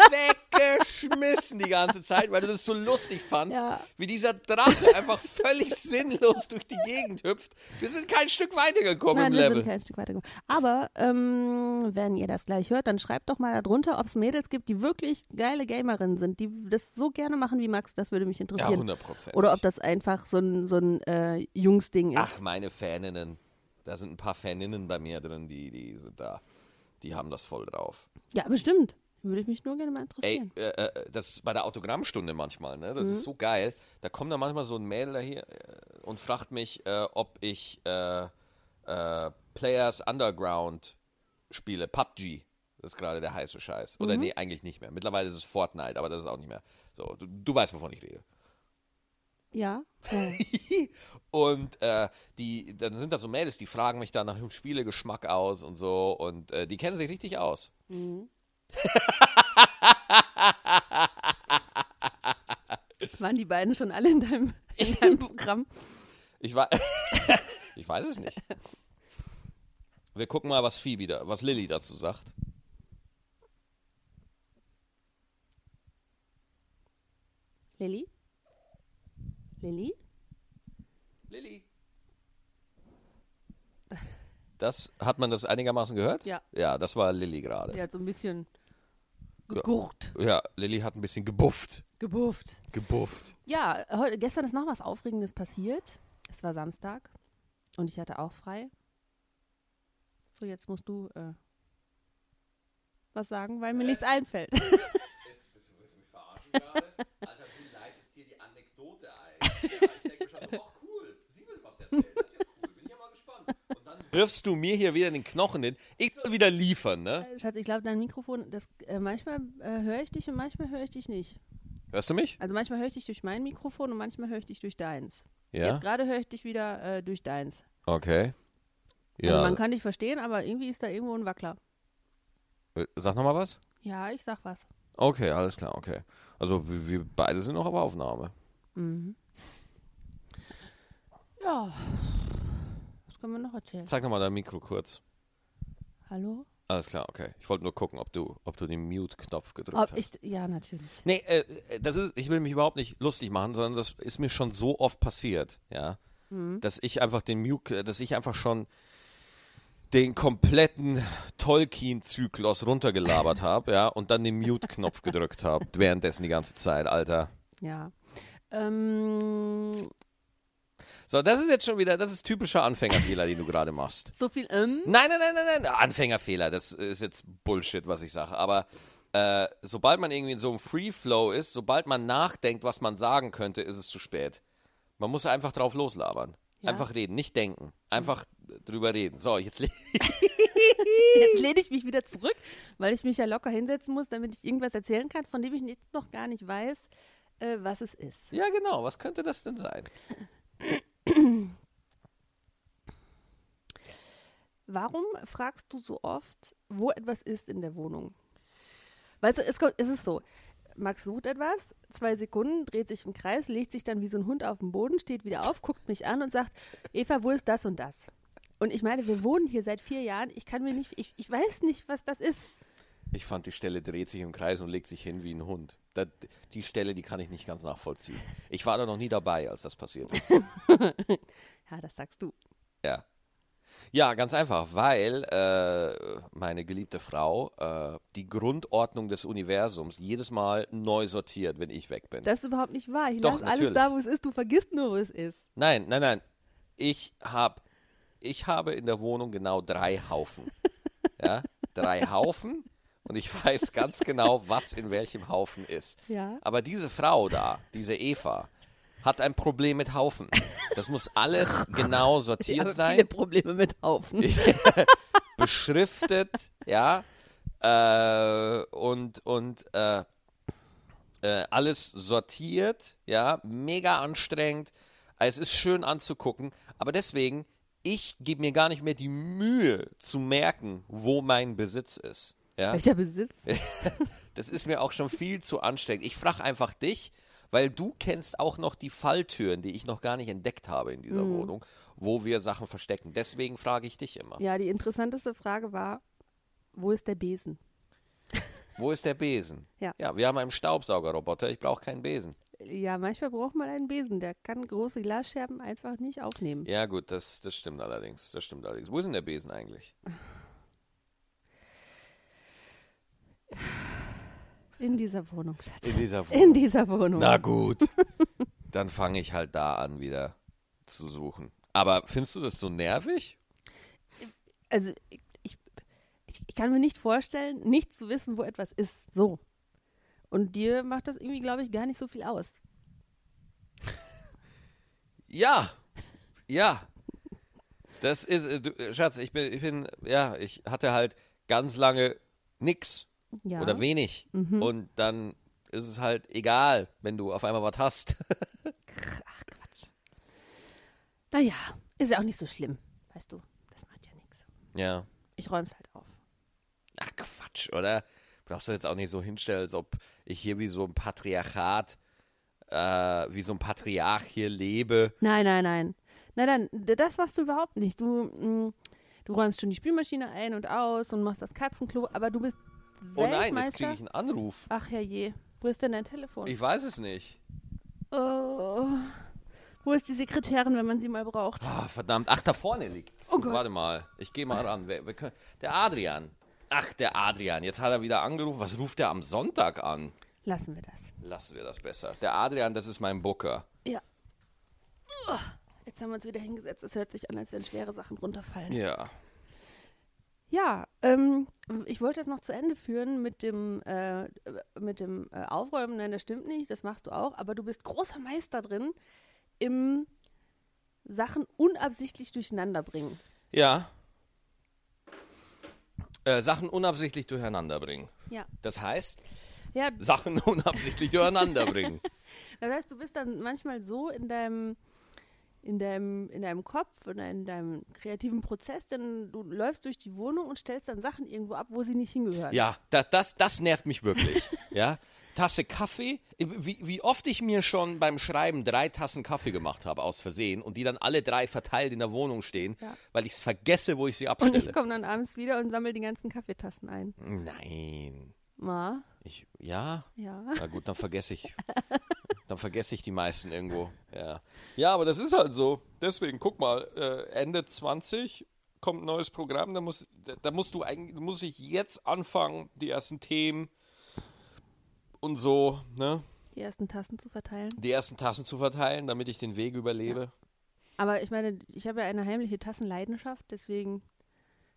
[SPEAKER 2] weggeschmissen die ganze Zeit, weil du das so lustig fandst,
[SPEAKER 1] Ja.
[SPEAKER 2] wie dieser Drache einfach völlig sinnlos durch die Gegend hüpft. Wir sind kein Stück weitergekommen
[SPEAKER 1] Nein,
[SPEAKER 2] im
[SPEAKER 1] wir sind
[SPEAKER 2] Level.
[SPEAKER 1] kein Stück weitergekommen. Aber ähm, wenn ihr das gleich hört, dann schreibt doch mal darunter, ob es Mädels gibt, die wirklich geile Gamerinnen sind, die das so gerne machen wie Max. Das würde mich
[SPEAKER 2] Ja,
[SPEAKER 1] interessieren.
[SPEAKER 2] 100 Prozent.
[SPEAKER 1] Oder ob das einfach so ein, so ein äh, Jungsding ist.
[SPEAKER 2] Ach, meine Faninnen. Da sind ein paar Faninnen bei mir drin, die, die sind da. Die haben das voll drauf.
[SPEAKER 1] Ja, bestimmt. Würde ich mich nur gerne mal
[SPEAKER 2] Ey,
[SPEAKER 1] interessieren.
[SPEAKER 2] äh, äh, das ist bei der Autogrammstunde manchmal, ne? Das ist so geil. Da kommt dann manchmal so ein Mädel hier äh, und fragt mich, äh, ob ich äh, äh, Players Underground spiele. PUBG. Das ist gerade der heiße Scheiß. Oder nee, eigentlich nicht mehr. Mittlerweile ist es Fortnite, aber das ist auch nicht mehr. So, du, du weißt, wovon ich rede.
[SPEAKER 1] Ja. ja.
[SPEAKER 2] Und äh, die, dann sind da so Mädels, die fragen mich dann nach dem Spielegeschmack aus und so. Und äh, die kennen sich richtig aus.
[SPEAKER 1] Waren die beiden schon alle in deinem, in deinem Programm?
[SPEAKER 2] Ich, wei ich weiß es nicht. Wir gucken mal, was Phoebe da, was Lilly dazu sagt.
[SPEAKER 1] Lilly? Lilly?
[SPEAKER 2] Lilly. Das, hat man das einigermaßen gehört?
[SPEAKER 1] Ja.
[SPEAKER 2] Ja, das war Lilly gerade.
[SPEAKER 1] Der
[SPEAKER 2] Ja.
[SPEAKER 1] hat so ein bisschen gegurkt,
[SPEAKER 2] Lilly hat ein bisschen gebufft.
[SPEAKER 1] gebufft.
[SPEAKER 2] Gebufft.
[SPEAKER 1] Ja, heute, gestern ist noch was Aufregendes passiert. Es war Samstag und ich hatte auch frei. So, jetzt musst du äh, was sagen,
[SPEAKER 2] Äh.
[SPEAKER 1] weil mir nichts einfällt.
[SPEAKER 2] Bist du, mich verarschen gerade? Alter, du leitest hier die Anekdote ein. ich denke schon, oh cool, sie will was erzählen. Das ist ja cool, bin ja mal gespannt. Und dann wirfst du mir hier wieder den Knochen hin. Ich soll wieder liefern, ne?
[SPEAKER 1] Schatz, ich glaube, dein Mikrofon, das, äh, manchmal äh, höre ich dich und manchmal höre ich dich nicht.
[SPEAKER 2] Hörst du mich?
[SPEAKER 1] Also manchmal höre ich dich durch mein Mikrofon und manchmal höre ich dich durch deins.
[SPEAKER 2] Ja.
[SPEAKER 1] Jetzt gerade höre ich dich wieder äh, durch deins.
[SPEAKER 2] Okay.
[SPEAKER 1] Also
[SPEAKER 2] Ja.
[SPEAKER 1] man kann dich verstehen, aber irgendwie ist da irgendwo ein Wackler.
[SPEAKER 2] Sag nochmal was.
[SPEAKER 1] Ja, ich sag was.
[SPEAKER 2] Okay, alles klar, okay. Also wir, wir beide sind noch auf Aufnahme.
[SPEAKER 1] Ja. Was können wir noch erzählen?
[SPEAKER 2] Zeig nochmal dein Mikro kurz.
[SPEAKER 1] Hallo?
[SPEAKER 2] Alles klar, okay. Ich wollte nur gucken, ob du, ob du den Mute-Knopf gedrückt
[SPEAKER 1] Ob
[SPEAKER 2] hast.
[SPEAKER 1] ich, ja, natürlich.
[SPEAKER 2] Nee, äh, das ist, ich will mich überhaupt nicht lustig machen, sondern das ist mir schon so oft passiert, ja.
[SPEAKER 1] Mhm.
[SPEAKER 2] Dass ich einfach den Mute, äh, dass ich einfach schon den kompletten Tolkien-Zyklus runtergelabert habe, ja, und dann den Mute-Knopf gedrückt habe, währenddessen die ganze Zeit, Alter.
[SPEAKER 1] Ja. Ähm,
[SPEAKER 2] So, das ist jetzt schon wieder, das ist typischer Anfängerfehler, den du gerade machst.
[SPEAKER 1] so viel ähm.
[SPEAKER 2] Nein, nein, nein, nein, nein. Anfängerfehler, das ist jetzt Bullshit, was ich sage. Aber äh, sobald man irgendwie in so einem Free Flow ist, sobald man nachdenkt, was man sagen könnte, ist es zu spät. Man muss einfach drauf loslabern.
[SPEAKER 1] Ja.
[SPEAKER 2] Einfach reden, nicht denken. Einfach drüber reden. So, jetzt le-
[SPEAKER 1] Jetzt lehne ich mich wieder zurück, weil ich mich ja locker hinsetzen muss, damit ich irgendwas erzählen kann, von dem ich jetzt noch gar nicht weiß, äh, was es ist.
[SPEAKER 2] Ja, genau. Was könnte das denn sein?
[SPEAKER 1] Warum fragst du so oft, wo etwas ist in der Wohnung? Weißt du, es, kommt, es ist so. Max sucht etwas, zwei Sekunden, dreht sich im Kreis, legt sich dann wie so ein Hund auf den Boden, steht wieder auf, guckt mich an und sagt, Eva, wo ist das und das? Und ich meine, wir wohnen hier seit vier Jahren. Ich kann mir nicht, ich, ich weiß nicht, was das ist.
[SPEAKER 2] Ich fand, die Stelle dreht sich im Kreis und legt sich hin wie ein Hund. Da, die Stelle, die kann ich nicht ganz nachvollziehen. Ich war da noch nie dabei, als das passiert ist.
[SPEAKER 1] Ja, das sagst du.
[SPEAKER 2] Ja. Ja, ganz einfach, weil äh, meine geliebte Frau äh, die Grundordnung des Universums jedes Mal neu sortiert, wenn ich weg bin.
[SPEAKER 1] Das ist überhaupt nicht wahr. Ich
[SPEAKER 2] Doch,
[SPEAKER 1] lasse alles
[SPEAKER 2] natürlich.
[SPEAKER 1] da, wo es ist. Du vergisst nur, wo es ist.
[SPEAKER 2] Nein, nein, nein. Ich hab, ich habe in der Wohnung genau drei Haufen. Ja, drei Haufen und ich weiß ganz genau, was in welchem Haufen ist.
[SPEAKER 1] Ja.
[SPEAKER 2] Aber diese Frau da, diese Eva, hat ein Problem mit Haufen. Das muss alles genau
[SPEAKER 1] Ich
[SPEAKER 2] sortiert
[SPEAKER 1] habe
[SPEAKER 2] sein.
[SPEAKER 1] viele Probleme mit Haufen.
[SPEAKER 2] beschriftet, ja, äh, und, und äh, äh, alles sortiert, ja, mega anstrengend. Es ist schön anzugucken, aber deswegen, ich gebe mir gar nicht mehr die Mühe zu merken, wo mein Besitz ist. Ja?
[SPEAKER 1] Welcher Besitz?
[SPEAKER 2] Das ist mir auch schon viel zu anstrengend. Ich frage einfach dich, weil du kennst auch noch die Falltüren, die ich noch gar nicht entdeckt habe in dieser Wohnung, wo wir Sachen verstecken. Deswegen frage ich dich immer.
[SPEAKER 1] Ja, die interessanteste Frage war, wo ist der Besen?
[SPEAKER 2] Wo ist der Besen?
[SPEAKER 1] Ja.
[SPEAKER 2] ja wir haben einen Staubsaugerroboter, ich brauche keinen Besen.
[SPEAKER 1] Ja, manchmal braucht man einen Besen. Der kann große Glasscherben einfach nicht aufnehmen.
[SPEAKER 2] Ja, gut, das, das stimmt allerdings. Das stimmt allerdings. Wo ist denn der Besen eigentlich?
[SPEAKER 1] In dieser Wohnung, Schatz.
[SPEAKER 2] In dieser
[SPEAKER 1] In dieser Wohnung.
[SPEAKER 2] Na gut. Dann fange ich halt da an, wieder zu suchen. Aber findest du das so nervig?
[SPEAKER 1] Also, ich, ich, ich kann mir nicht vorstellen, nicht zu wissen, wo etwas ist. So. Und dir macht das irgendwie, glaube ich, gar nicht so viel aus.
[SPEAKER 2] Ja. Ja. Das ist, äh, du, äh, Schatz, ich bin, ich bin, ja, ich hatte halt ganz lange nix
[SPEAKER 1] Ja. Mhm.
[SPEAKER 2] oder wenig. Und dann ist es halt egal, wenn du auf einmal was hast.
[SPEAKER 1] Ach, Quatsch. Naja, ist ja auch nicht so schlimm. Weißt du, das macht ja nichts.
[SPEAKER 2] ja.
[SPEAKER 1] Ich räum's halt auf.
[SPEAKER 2] Ach Quatsch, oder? Brauchst du jetzt auch nicht so hinstellen, als ob ich hier wie so ein Patriarchat, äh, wie so ein Patriarch hier lebe.
[SPEAKER 1] Nein, nein, nein. Nein, nein, d- das machst du überhaupt nicht. Du, mm, du räumst schon die Spülmaschine ein und aus und machst das Katzenklo, aber du bist
[SPEAKER 2] Oh nein,
[SPEAKER 1] Weltmeister.
[SPEAKER 2] jetzt kriege ich einen Anruf.
[SPEAKER 1] Ach ja je, wo ist denn dein Telefon?
[SPEAKER 2] Ich weiß es nicht.
[SPEAKER 1] Oh. Wo ist die Sekretärin, wenn man sie mal braucht?
[SPEAKER 2] Ah, verdammt. Ach, da vorne liegt's.
[SPEAKER 1] Oh Gott.
[SPEAKER 2] Warte mal. Ich gehe mal ran. Wer, wer, kö- der Adrian. Ach, der Adrian. Jetzt hat er wieder angerufen. Was ruft er am Sonntag an?
[SPEAKER 1] Lassen wir das.
[SPEAKER 2] Lassen wir das besser. Der Adrian, das ist mein Booker.
[SPEAKER 1] Ja. Uah. Jetzt haben wir uns wieder hingesetzt. Es hört sich an, als wenn schwere Sachen runterfallen.
[SPEAKER 2] Ja.
[SPEAKER 1] Ja, ähm, ich wollte das noch zu Ende führen mit dem, äh, mit dem äh, Aufräumen. Nein, das stimmt nicht, das machst du auch. Aber du bist großer Meister drin, im Sachen unabsichtlich durcheinander bringen.
[SPEAKER 2] Ja. Äh, Sachen unabsichtlich durcheinander bringen.
[SPEAKER 1] Ja.
[SPEAKER 2] Das heißt,
[SPEAKER 1] Ja,
[SPEAKER 2] Sachen unabsichtlich durcheinander bringen.
[SPEAKER 1] das heißt, du bist dann manchmal so in deinem, in deinem, in deinem Kopf oder in deinem kreativen Prozess, denn du läufst durch die Wohnung und stellst dann Sachen irgendwo ab, wo sie nicht hingehören.
[SPEAKER 2] Ja, da, das, das nervt mich wirklich. ja. Tasse Kaffee, wie, wie oft ich mir schon beim Schreiben drei Tassen Kaffee gemacht habe, aus Versehen, und die dann alle drei verteilt in der Wohnung stehen,
[SPEAKER 1] Ja.
[SPEAKER 2] weil ich es vergesse, wo ich sie
[SPEAKER 1] und
[SPEAKER 2] abstelle.
[SPEAKER 1] ich komme dann abends wieder und sammle die ganzen Kaffeetassen ein.
[SPEAKER 2] Nein.
[SPEAKER 1] Ma,
[SPEAKER 2] Ich, ja,
[SPEAKER 1] ja.
[SPEAKER 2] na gut, dann vergesse ich. Dann vergesse ich die meisten irgendwo. Ja. ja, aber das ist halt so. Deswegen, guck mal, äh, Ende 20 kommt ein neues Programm. Da, muss, da- da musst du eigentlich, da muss ich jetzt anfangen, die ersten Themen und so, ne?
[SPEAKER 1] Die ersten Tassen zu verteilen.
[SPEAKER 2] Die ersten Tassen zu verteilen, damit ich den Weg überlebe.
[SPEAKER 1] Aber ich meine, ich habe ja eine heimliche Tassenleidenschaft, deswegen,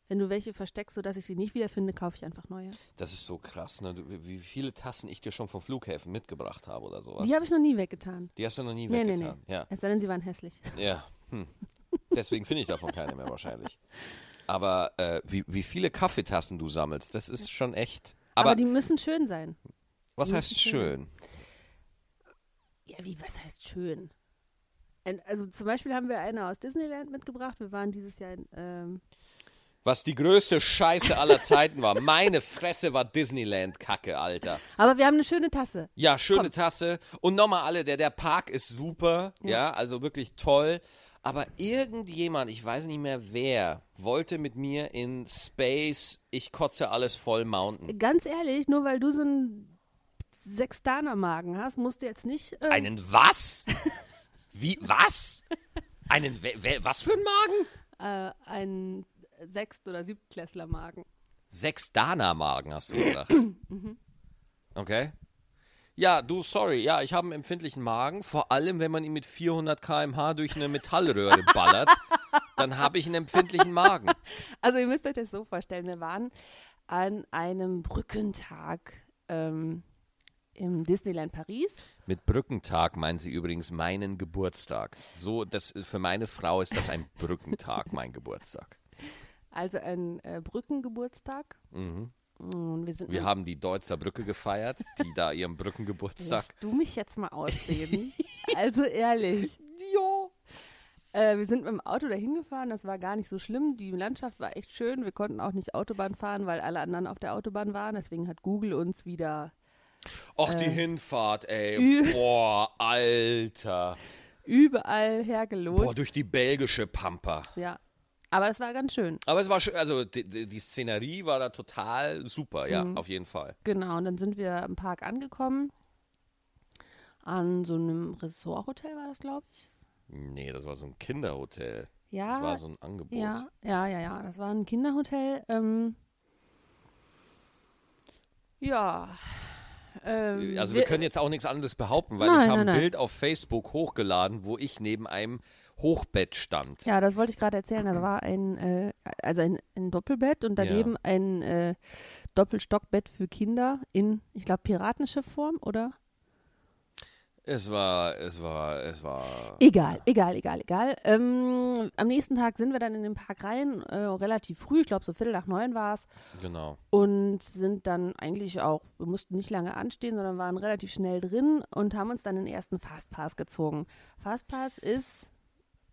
[SPEAKER 1] wenn du welche versteckst, sodass ich sie nicht wiederfinde, kaufe ich einfach neue.
[SPEAKER 2] Das ist so krass, ne? Du- Wie viele Tassen ich dir schon vom Flughäfen mitgebracht habe oder sowas.
[SPEAKER 1] Die habe ich noch nie weggetan.
[SPEAKER 2] Die hast du noch nie
[SPEAKER 1] Nee, nee,
[SPEAKER 2] weggetan.
[SPEAKER 1] nee.
[SPEAKER 2] Ja.
[SPEAKER 1] Es sei denn, sie waren hässlich.
[SPEAKER 2] Ja. Hm. Deswegen finde ich davon keine mehr wahrscheinlich. Aber äh, wie, wie viele Kaffeetassen du sammelst, das ist schon echt.
[SPEAKER 1] Aber,
[SPEAKER 2] Aber,
[SPEAKER 1] die müssen schön sein.
[SPEAKER 2] was
[SPEAKER 1] die
[SPEAKER 2] heißt
[SPEAKER 1] müssen schön
[SPEAKER 2] schön?
[SPEAKER 1] Ja, wie, was heißt schön? Ein- Also zum Beispiel haben wir eine aus Disneyland mitgebracht. Wir waren dieses Jahr in, ähm,
[SPEAKER 2] Was die größte Scheiße aller Zeiten war. Meine Fresse war Disneyland-Kacke, Alter.
[SPEAKER 1] aber wir haben eine schöne Tasse.
[SPEAKER 2] Ja, schöne Tasse. Und nochmal alle, der, der Park ist super. Ja. also wirklich toll. Aber irgendjemand, ich weiß nicht mehr wer, wollte mit mir in Space, ich kotze alles voll Mountain.
[SPEAKER 1] Ganz ehrlich, nur weil du so einen Sextaner-Magen hast, musst du jetzt nicht. ähm,
[SPEAKER 2] Einen was? Wie, was? Einen, we- we- was für einen Magen?
[SPEAKER 1] äh, einen Sechst- oder Siebtklässler-Magen.
[SPEAKER 2] Sechs Dana-Magen, hast du gedacht. okay. Ja, du, sorry, ja, ich habe einen empfindlichen Magen, vor allem, wenn man ihn mit 400 km/h durch eine Metallröhre ballert, dann habe ich einen empfindlichen Magen.
[SPEAKER 1] Also ihr müsst euch das so vorstellen, wir waren an einem Brückentag ähm, im Disneyland Paris.
[SPEAKER 2] Mit Brückentag meinen sie übrigens meinen Geburtstag. So, das, für meine Frau ist das ein Brückentag, mein Geburtstag.
[SPEAKER 1] Also ein äh, Brückengeburtstag. Und wir sind
[SPEAKER 2] Wir haben die Deutzer Brücke gefeiert, die da ihren Brückengeburtstag.
[SPEAKER 1] Lässt du mich jetzt mal ausreden? also ehrlich.
[SPEAKER 2] Ja.
[SPEAKER 1] Äh, wir sind mit dem Auto dahin gefahren, das war gar nicht so schlimm. Die Landschaft war echt schön. Wir konnten auch nicht Autobahn fahren, weil alle anderen auf der Autobahn waren. Deswegen hat Google uns wieder
[SPEAKER 2] Och, die Hinfahrt, ey.
[SPEAKER 1] Äh, Ü-
[SPEAKER 2] Boah, Alter.
[SPEAKER 1] überall hergelotst.
[SPEAKER 2] Boah, durch die belgische Pampa.
[SPEAKER 1] Ja. Aber das war ganz schön.
[SPEAKER 2] Aber es war schön, also die, die die Szenerie war da total super, ja,
[SPEAKER 1] Mhm.
[SPEAKER 2] auf jeden Fall.
[SPEAKER 1] Genau, und dann sind wir im Park angekommen. An so einem Ressorthotel war das, glaube ich.
[SPEAKER 2] Nee, das war so ein Kinderhotel.
[SPEAKER 1] Ja.
[SPEAKER 2] Das war so ein Angebot.
[SPEAKER 1] ja, ja, ja, ja. Das war ein Kinderhotel. Ähm, ja. Ähm,
[SPEAKER 2] Also wir können jetzt auch nichts anderes behaupten, weil
[SPEAKER 1] Nein,
[SPEAKER 2] ich habe
[SPEAKER 1] nein,
[SPEAKER 2] ein
[SPEAKER 1] nein.
[SPEAKER 2] Bild auf Facebook hochgeladen, wo ich neben einem Hochbett stand.
[SPEAKER 1] Ja, das wollte ich gerade erzählen. Da war ein, äh, also ein, ein Doppelbett und daneben ein äh, Doppelstockbett für Kinder in, ich glaube, Piratenschiffform, oder?
[SPEAKER 2] Es war, es war, es war.
[SPEAKER 1] Egal, egal, egal, egal. Ähm, am nächsten Tag sind wir dann in den Park rein, äh, relativ früh, ich glaube so Viertel nach neun war es,
[SPEAKER 2] Genau.
[SPEAKER 1] und sind dann eigentlich auch, wir mussten nicht lange anstehen, sondern waren relativ schnell drin und haben uns dann den ersten Fastpass gezogen. Fastpass ist,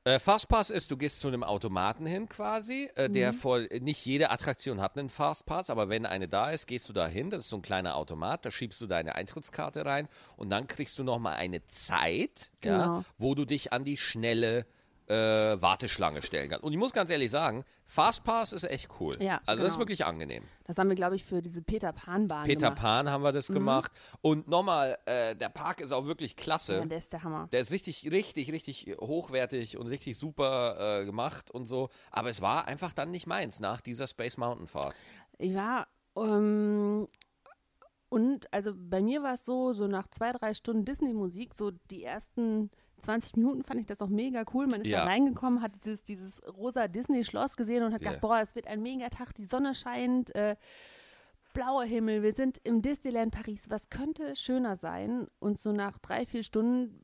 [SPEAKER 2] Äh, Fastpass ist, du gehst zu einem Automaten hin quasi, äh,
[SPEAKER 1] Mhm.
[SPEAKER 2] der vor, nicht jede Attraktion hat einen Fastpass, aber wenn eine da ist, gehst du da hin, das ist so ein kleiner Automat, da schiebst du deine Eintrittskarte rein und dann kriegst du nochmal eine Zeit, ja,
[SPEAKER 1] Genau.
[SPEAKER 2] wo du dich an die schnelle äh, Warteschlange stellen kann. Und ich muss ganz ehrlich sagen, Fastpass ist echt cool.
[SPEAKER 1] Ja,
[SPEAKER 2] also das ist
[SPEAKER 1] genau.
[SPEAKER 2] wirklich angenehm.
[SPEAKER 1] Das haben wir, glaube ich, für diese Peter Pan-Bahn
[SPEAKER 2] Peter
[SPEAKER 1] gemacht.
[SPEAKER 2] Pan haben wir
[SPEAKER 1] Mhm.
[SPEAKER 2] das gemacht. Und nochmal, äh, der Park ist auch wirklich klasse.
[SPEAKER 1] Ja, der ist der Hammer.
[SPEAKER 2] Der ist richtig, richtig, richtig hochwertig und richtig super äh, gemacht und so. Aber es war einfach dann nicht meins nach dieser Space Mountain Fahrt.
[SPEAKER 1] Ich war, ähm, und also bei mir war es so, so nach zwei, drei Stunden Disney-Musik, so die ersten 20 Minuten fand ich das noch mega cool. Man ist
[SPEAKER 2] Ja.
[SPEAKER 1] da reingekommen, hat dieses, dieses rosa Disney-Schloss gesehen und hat
[SPEAKER 2] Ja.
[SPEAKER 1] gedacht, boah, es wird ein mega Tag, die Sonne scheint, äh, blauer Himmel, wir sind im Disneyland Paris, was könnte schöner sein? Und so nach drei, vier Stunden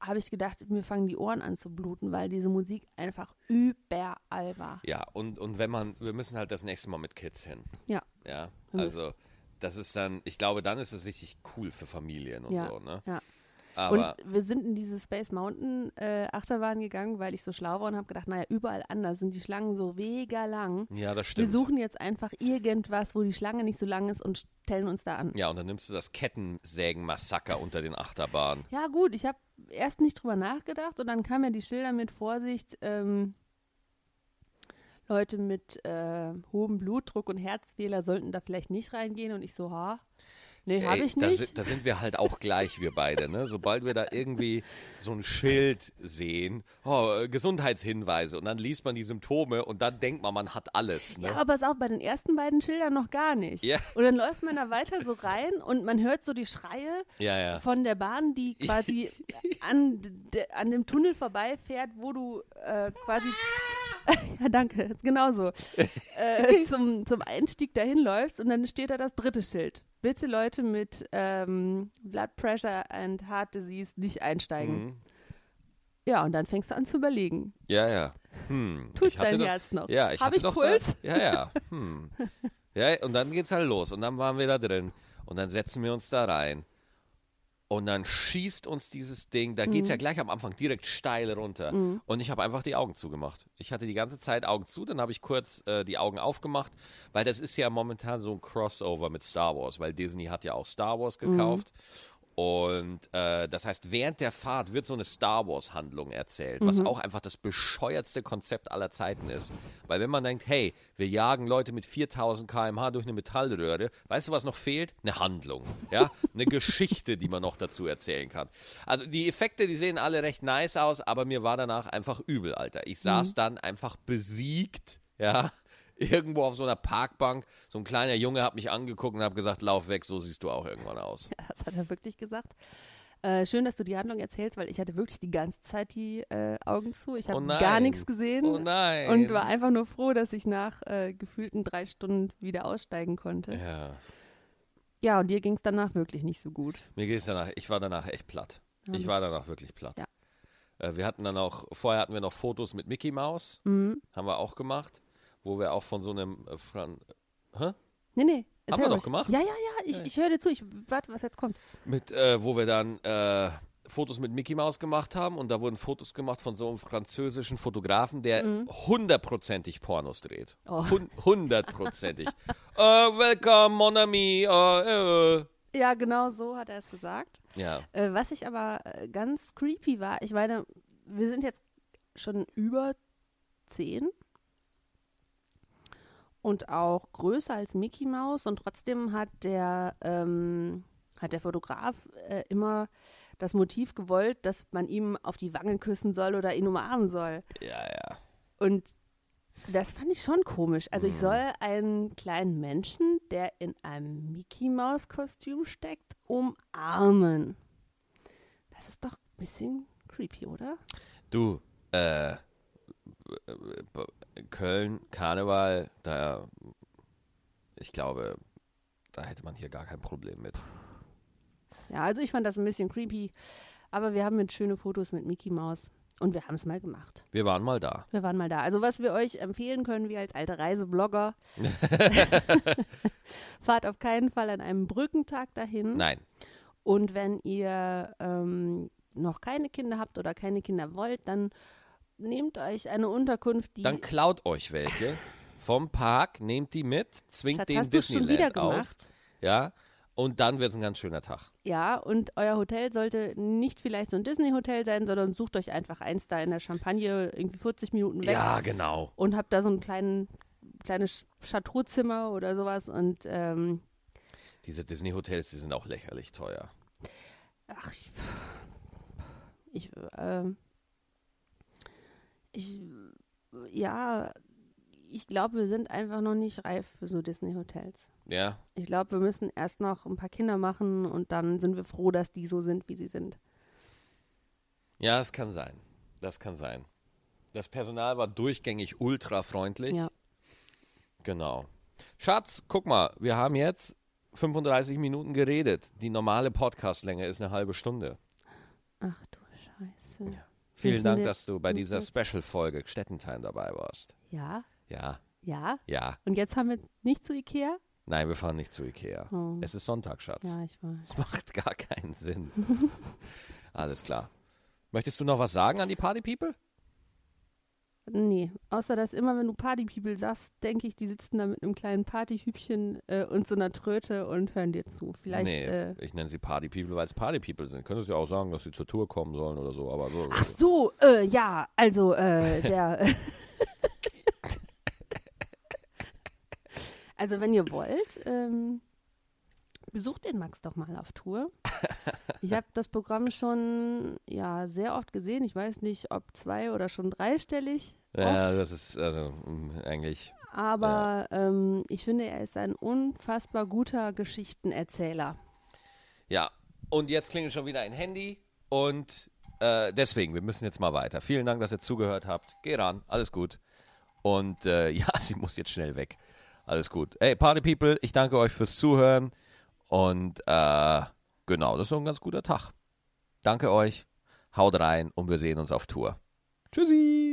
[SPEAKER 1] habe ich gedacht, mir fangen die Ohren an zu bluten, weil diese Musik einfach überall war.
[SPEAKER 2] Ja, und, und wenn man, wir müssen halt das nächste Mal mit Kids hin.
[SPEAKER 1] Ja.
[SPEAKER 2] Ja,
[SPEAKER 1] Wir
[SPEAKER 2] also das ist dann, ich glaube, dann ist es richtig cool für Familien und
[SPEAKER 1] Ja,
[SPEAKER 2] so, ne?
[SPEAKER 1] ja.
[SPEAKER 2] Aber
[SPEAKER 1] und wir sind in diese Space Mountain äh, Achterbahn gegangen, weil ich so schlau war und habe gedacht, naja, überall anders sind die Schlangen so mega lang.
[SPEAKER 2] ja, das
[SPEAKER 1] Wir
[SPEAKER 2] stimmt.
[SPEAKER 1] suchen jetzt einfach irgendwas, wo die Schlange nicht so lang ist und stellen uns da an.
[SPEAKER 2] ja, und dann nimmst du das Kettensägen-Massaker unter den Achterbahnen.
[SPEAKER 1] Ja, gut, ich habe erst nicht drüber nachgedacht und dann kamen ja die Schilder mit Vorsicht, ähm, Leute mit äh, hohem Blutdruck und Herzfehler sollten da vielleicht nicht reingehen und ich so, ha, nee, habe
[SPEAKER 2] Ey,
[SPEAKER 1] ich
[SPEAKER 2] Da,
[SPEAKER 1] nicht.
[SPEAKER 2] si- da sind wir halt auch gleich, wir beide. Ne? Sobald wir da irgendwie so ein Schild sehen, oh, äh, Gesundheitshinweise, und dann liest man die Symptome und dann denkt man, man hat alles. Ne?
[SPEAKER 1] Ja, aber pass auf, bei den ersten beiden Schildern noch gar nicht.
[SPEAKER 2] Ja.
[SPEAKER 1] Und dann läuft man da weiter so rein und man hört so die Schreie
[SPEAKER 2] Ja, ja.
[SPEAKER 1] von der Bahn, die quasi an, de, an dem Tunnel vorbeifährt, wo du äh, quasi. ja, danke, genau so. äh, zum, zum Einstieg dahin läufst und dann steht da das dritte Schild. Bitte Leute mit ähm, Blood Pressure and Heart Disease nicht einsteigen.
[SPEAKER 2] Mhm.
[SPEAKER 1] Ja, und dann fängst du an zu überlegen.
[SPEAKER 2] Ja, ja. Hm.
[SPEAKER 1] Tut's
[SPEAKER 2] ich hatte
[SPEAKER 1] dein
[SPEAKER 2] doch-
[SPEAKER 1] Herz noch?
[SPEAKER 2] Ja, ich
[SPEAKER 1] Hab
[SPEAKER 2] hatte
[SPEAKER 1] ich
[SPEAKER 2] doch
[SPEAKER 1] Puls?
[SPEAKER 2] Da, ja, ja. Hm. ja. Und dann geht's halt los. Und dann waren wir da drin. Und dann setzen wir uns da rein. Und dann schießt uns dieses Ding, da geht's ja
[SPEAKER 1] Mhm.
[SPEAKER 2] gleich am Anfang direkt steil runter. Und ich habe einfach die Augen zugemacht. Ich hatte die ganze Zeit Augen zu, dann habe ich kurz äh, die Augen aufgemacht, weil das ist ja momentan so ein Crossover mit Star Wars, weil Disney hat ja auch Star Wars
[SPEAKER 1] Mhm.
[SPEAKER 2] gekauft. Und äh, das heißt, während der Fahrt wird so eine Star Wars-Handlung erzählt, was auch einfach das bescheuertste Konzept aller Zeiten ist. Weil wenn man denkt, hey, wir jagen Leute mit 4000 km/h durch eine Metallröhre, weißt du, was noch fehlt? Eine Handlung, ja, eine Geschichte, die man noch dazu erzählen kann. Also die Effekte, die sehen alle recht nice aus, aber mir war danach einfach übel, Alter. Ich saß dann einfach besiegt, ja. Irgendwo auf so einer Parkbank, so ein kleiner Junge hat mich angeguckt und hat gesagt, lauf weg, so siehst du auch irgendwann aus.
[SPEAKER 1] Das hat er wirklich gesagt. Äh, schön, dass du die Handlung erzählst, weil ich hatte wirklich die ganze Zeit die äh, Augen zu. Ich habe
[SPEAKER 2] Oh nein.
[SPEAKER 1] gar nichts gesehen
[SPEAKER 2] Oh nein.
[SPEAKER 1] und war einfach nur froh, dass ich nach äh, gefühlten drei Stunden wieder aussteigen konnte. Ja,
[SPEAKER 2] ja,
[SPEAKER 1] und dir ging es danach wirklich nicht so gut.
[SPEAKER 2] mir ging es danach, ich war danach echt platt.
[SPEAKER 1] Ja,
[SPEAKER 2] ich
[SPEAKER 1] mich-
[SPEAKER 2] war danach wirklich platt.
[SPEAKER 1] Ja.
[SPEAKER 2] Äh, wir hatten dann auch, vorher hatten wir noch Fotos mit Mickey Mouse,
[SPEAKER 1] Mhm.
[SPEAKER 2] haben wir auch gemacht, wo wir auch von so einem äh, Fran
[SPEAKER 1] Nee, nee. erzähl
[SPEAKER 2] wir doch
[SPEAKER 1] ruhig.
[SPEAKER 2] gemacht.
[SPEAKER 1] Ja, ja, ja. Ich, ich höre dir zu. Ich warte, was jetzt kommt.
[SPEAKER 2] mit, äh, wo wir dann äh, Fotos mit Mickey Mouse gemacht haben und da wurden Fotos gemacht von so einem französischen Fotografen, der hundertprozentig Pornos dreht.
[SPEAKER 1] Mhm. Oh.
[SPEAKER 2] Hun- Hundertprozentig. äh, welcome, mon ami. Äh, äh.
[SPEAKER 1] Ja, genau so hat er es gesagt.
[SPEAKER 2] Ja.
[SPEAKER 1] Äh, was ich aber äh, ganz creepy war, ich meine, wir sind jetzt schon über zehn und auch größer als Mickey Mouse und trotzdem hat der, ähm, hat der Fotograf äh, immer das Motiv gewollt, dass man ihm auf die Wange küssen soll oder ihn umarmen soll.
[SPEAKER 2] ja, ja.
[SPEAKER 1] Und das fand ich schon komisch. Also ich soll einen kleinen Menschen, der in einem Mickey Maus Kostüm steckt, umarmen. Das ist doch ein bisschen creepy, oder?
[SPEAKER 2] Du, äh, Köln, Karneval, da, ich glaube, da hätte man hier gar kein Problem mit.
[SPEAKER 1] Ja, also ich fand das ein bisschen creepy, aber wir haben mit schöne Fotos mit Mickey Maus und wir haben es mal gemacht.
[SPEAKER 2] Wir waren mal da.
[SPEAKER 1] Wir waren mal da. Also was wir euch empfehlen können, wir als alte Reiseblogger, fahrt auf keinen Fall an einem Brückentag dahin.
[SPEAKER 2] Nein,
[SPEAKER 1] Und wenn ihr ähm, noch keine Kinder habt oder keine Kinder wollt, dann nehmt euch eine Unterkunft, die.
[SPEAKER 2] dann klaut euch welche vom Park, nehmt die mit, zwingt
[SPEAKER 1] Schatz,
[SPEAKER 2] den
[SPEAKER 1] hast du schon wieder
[SPEAKER 2] Disneyland auf.
[SPEAKER 1] gemacht?
[SPEAKER 2] Ja, Und dann wird es ein ganz schöner Tag.
[SPEAKER 1] Ja, und euer Hotel sollte nicht vielleicht so ein Disney-Hotel sein, sondern sucht euch einfach eins da in der Champagne, irgendwie 40 Minuten weg
[SPEAKER 2] Ja, genau.
[SPEAKER 1] und habt da so ein kleinen, kleines Chateauzimmer oder sowas. Und ähm,
[SPEAKER 2] Diese Disney-Hotels, die sind auch lächerlich teuer.
[SPEAKER 1] ach, ich, ich, ähm, ich ja, ich glaube, wir sind einfach noch nicht reif für so Disney-Hotels.
[SPEAKER 2] Ja,
[SPEAKER 1] Ich glaube, wir müssen erst noch ein paar Kinder machen und dann sind wir froh, dass die so sind, wie sie sind.
[SPEAKER 2] ja, das kann sein. Das kann sein. Das Personal war durchgängig ultra freundlich.
[SPEAKER 1] Ja.
[SPEAKER 2] Genau. Schatz, guck mal, wir haben jetzt 35 Minuten geredet. Die normale Podcast-Länge ist eine halbe Stunde.
[SPEAKER 1] Ach du Scheiße. Ja.
[SPEAKER 2] Vielen
[SPEAKER 1] Müssen
[SPEAKER 2] Dank,
[SPEAKER 1] wir-
[SPEAKER 2] dass du bei dieser
[SPEAKER 1] müssen wir-
[SPEAKER 2] Special-Folge Stettentime dabei warst.
[SPEAKER 1] ja,
[SPEAKER 2] Ja, ja.
[SPEAKER 1] Und jetzt haben wir nicht zu Ikea?
[SPEAKER 2] Nein, wir fahren nicht zu Ikea.
[SPEAKER 1] Oh.
[SPEAKER 2] Es ist Sonntag, Schatz.
[SPEAKER 1] Ja, ich weiß.
[SPEAKER 2] Das macht gar keinen Sinn. Alles klar. Möchtest du noch was sagen an die Party People?
[SPEAKER 1] Nee, außer dass immer, wenn du Party People sagst, denke ich, die sitzen da mit einem kleinen Partyhübchen äh, und so einer Tröte und hören dir zu. Vielleicht.
[SPEAKER 2] nee,
[SPEAKER 1] Äh,
[SPEAKER 2] ich nenne sie Party People, weil es Party People sind. Könntest du ja auch sagen, dass sie zur Tour kommen sollen oder so, aber so.
[SPEAKER 1] ach so, äh, ja, also äh, der. also, wenn ihr wollt, ähm, besucht den Max doch mal auf Tour. Ich habe das Programm schon ja sehr oft gesehen. Ich weiß nicht, ob zwei oder schon dreistellig.
[SPEAKER 2] ja,
[SPEAKER 1] oft.
[SPEAKER 2] das ist also, mm, eigentlich.
[SPEAKER 1] Aber ähm, ich finde, er ist ein unfassbar guter Geschichtenerzähler.
[SPEAKER 2] Ja. Und jetzt klingelt schon wieder ein Handy und äh, deswegen, wir müssen jetzt mal weiter. Vielen Dank, dass ihr zugehört habt. Geh ran, alles gut. Und äh, ja, sie muss jetzt schnell weg. Alles gut. Hey, Party People, ich danke euch fürs Zuhören. Und äh, genau, das ist so ein ganz guter Tag. Danke euch. Haut rein und wir sehen uns auf Tour. Tschüssi.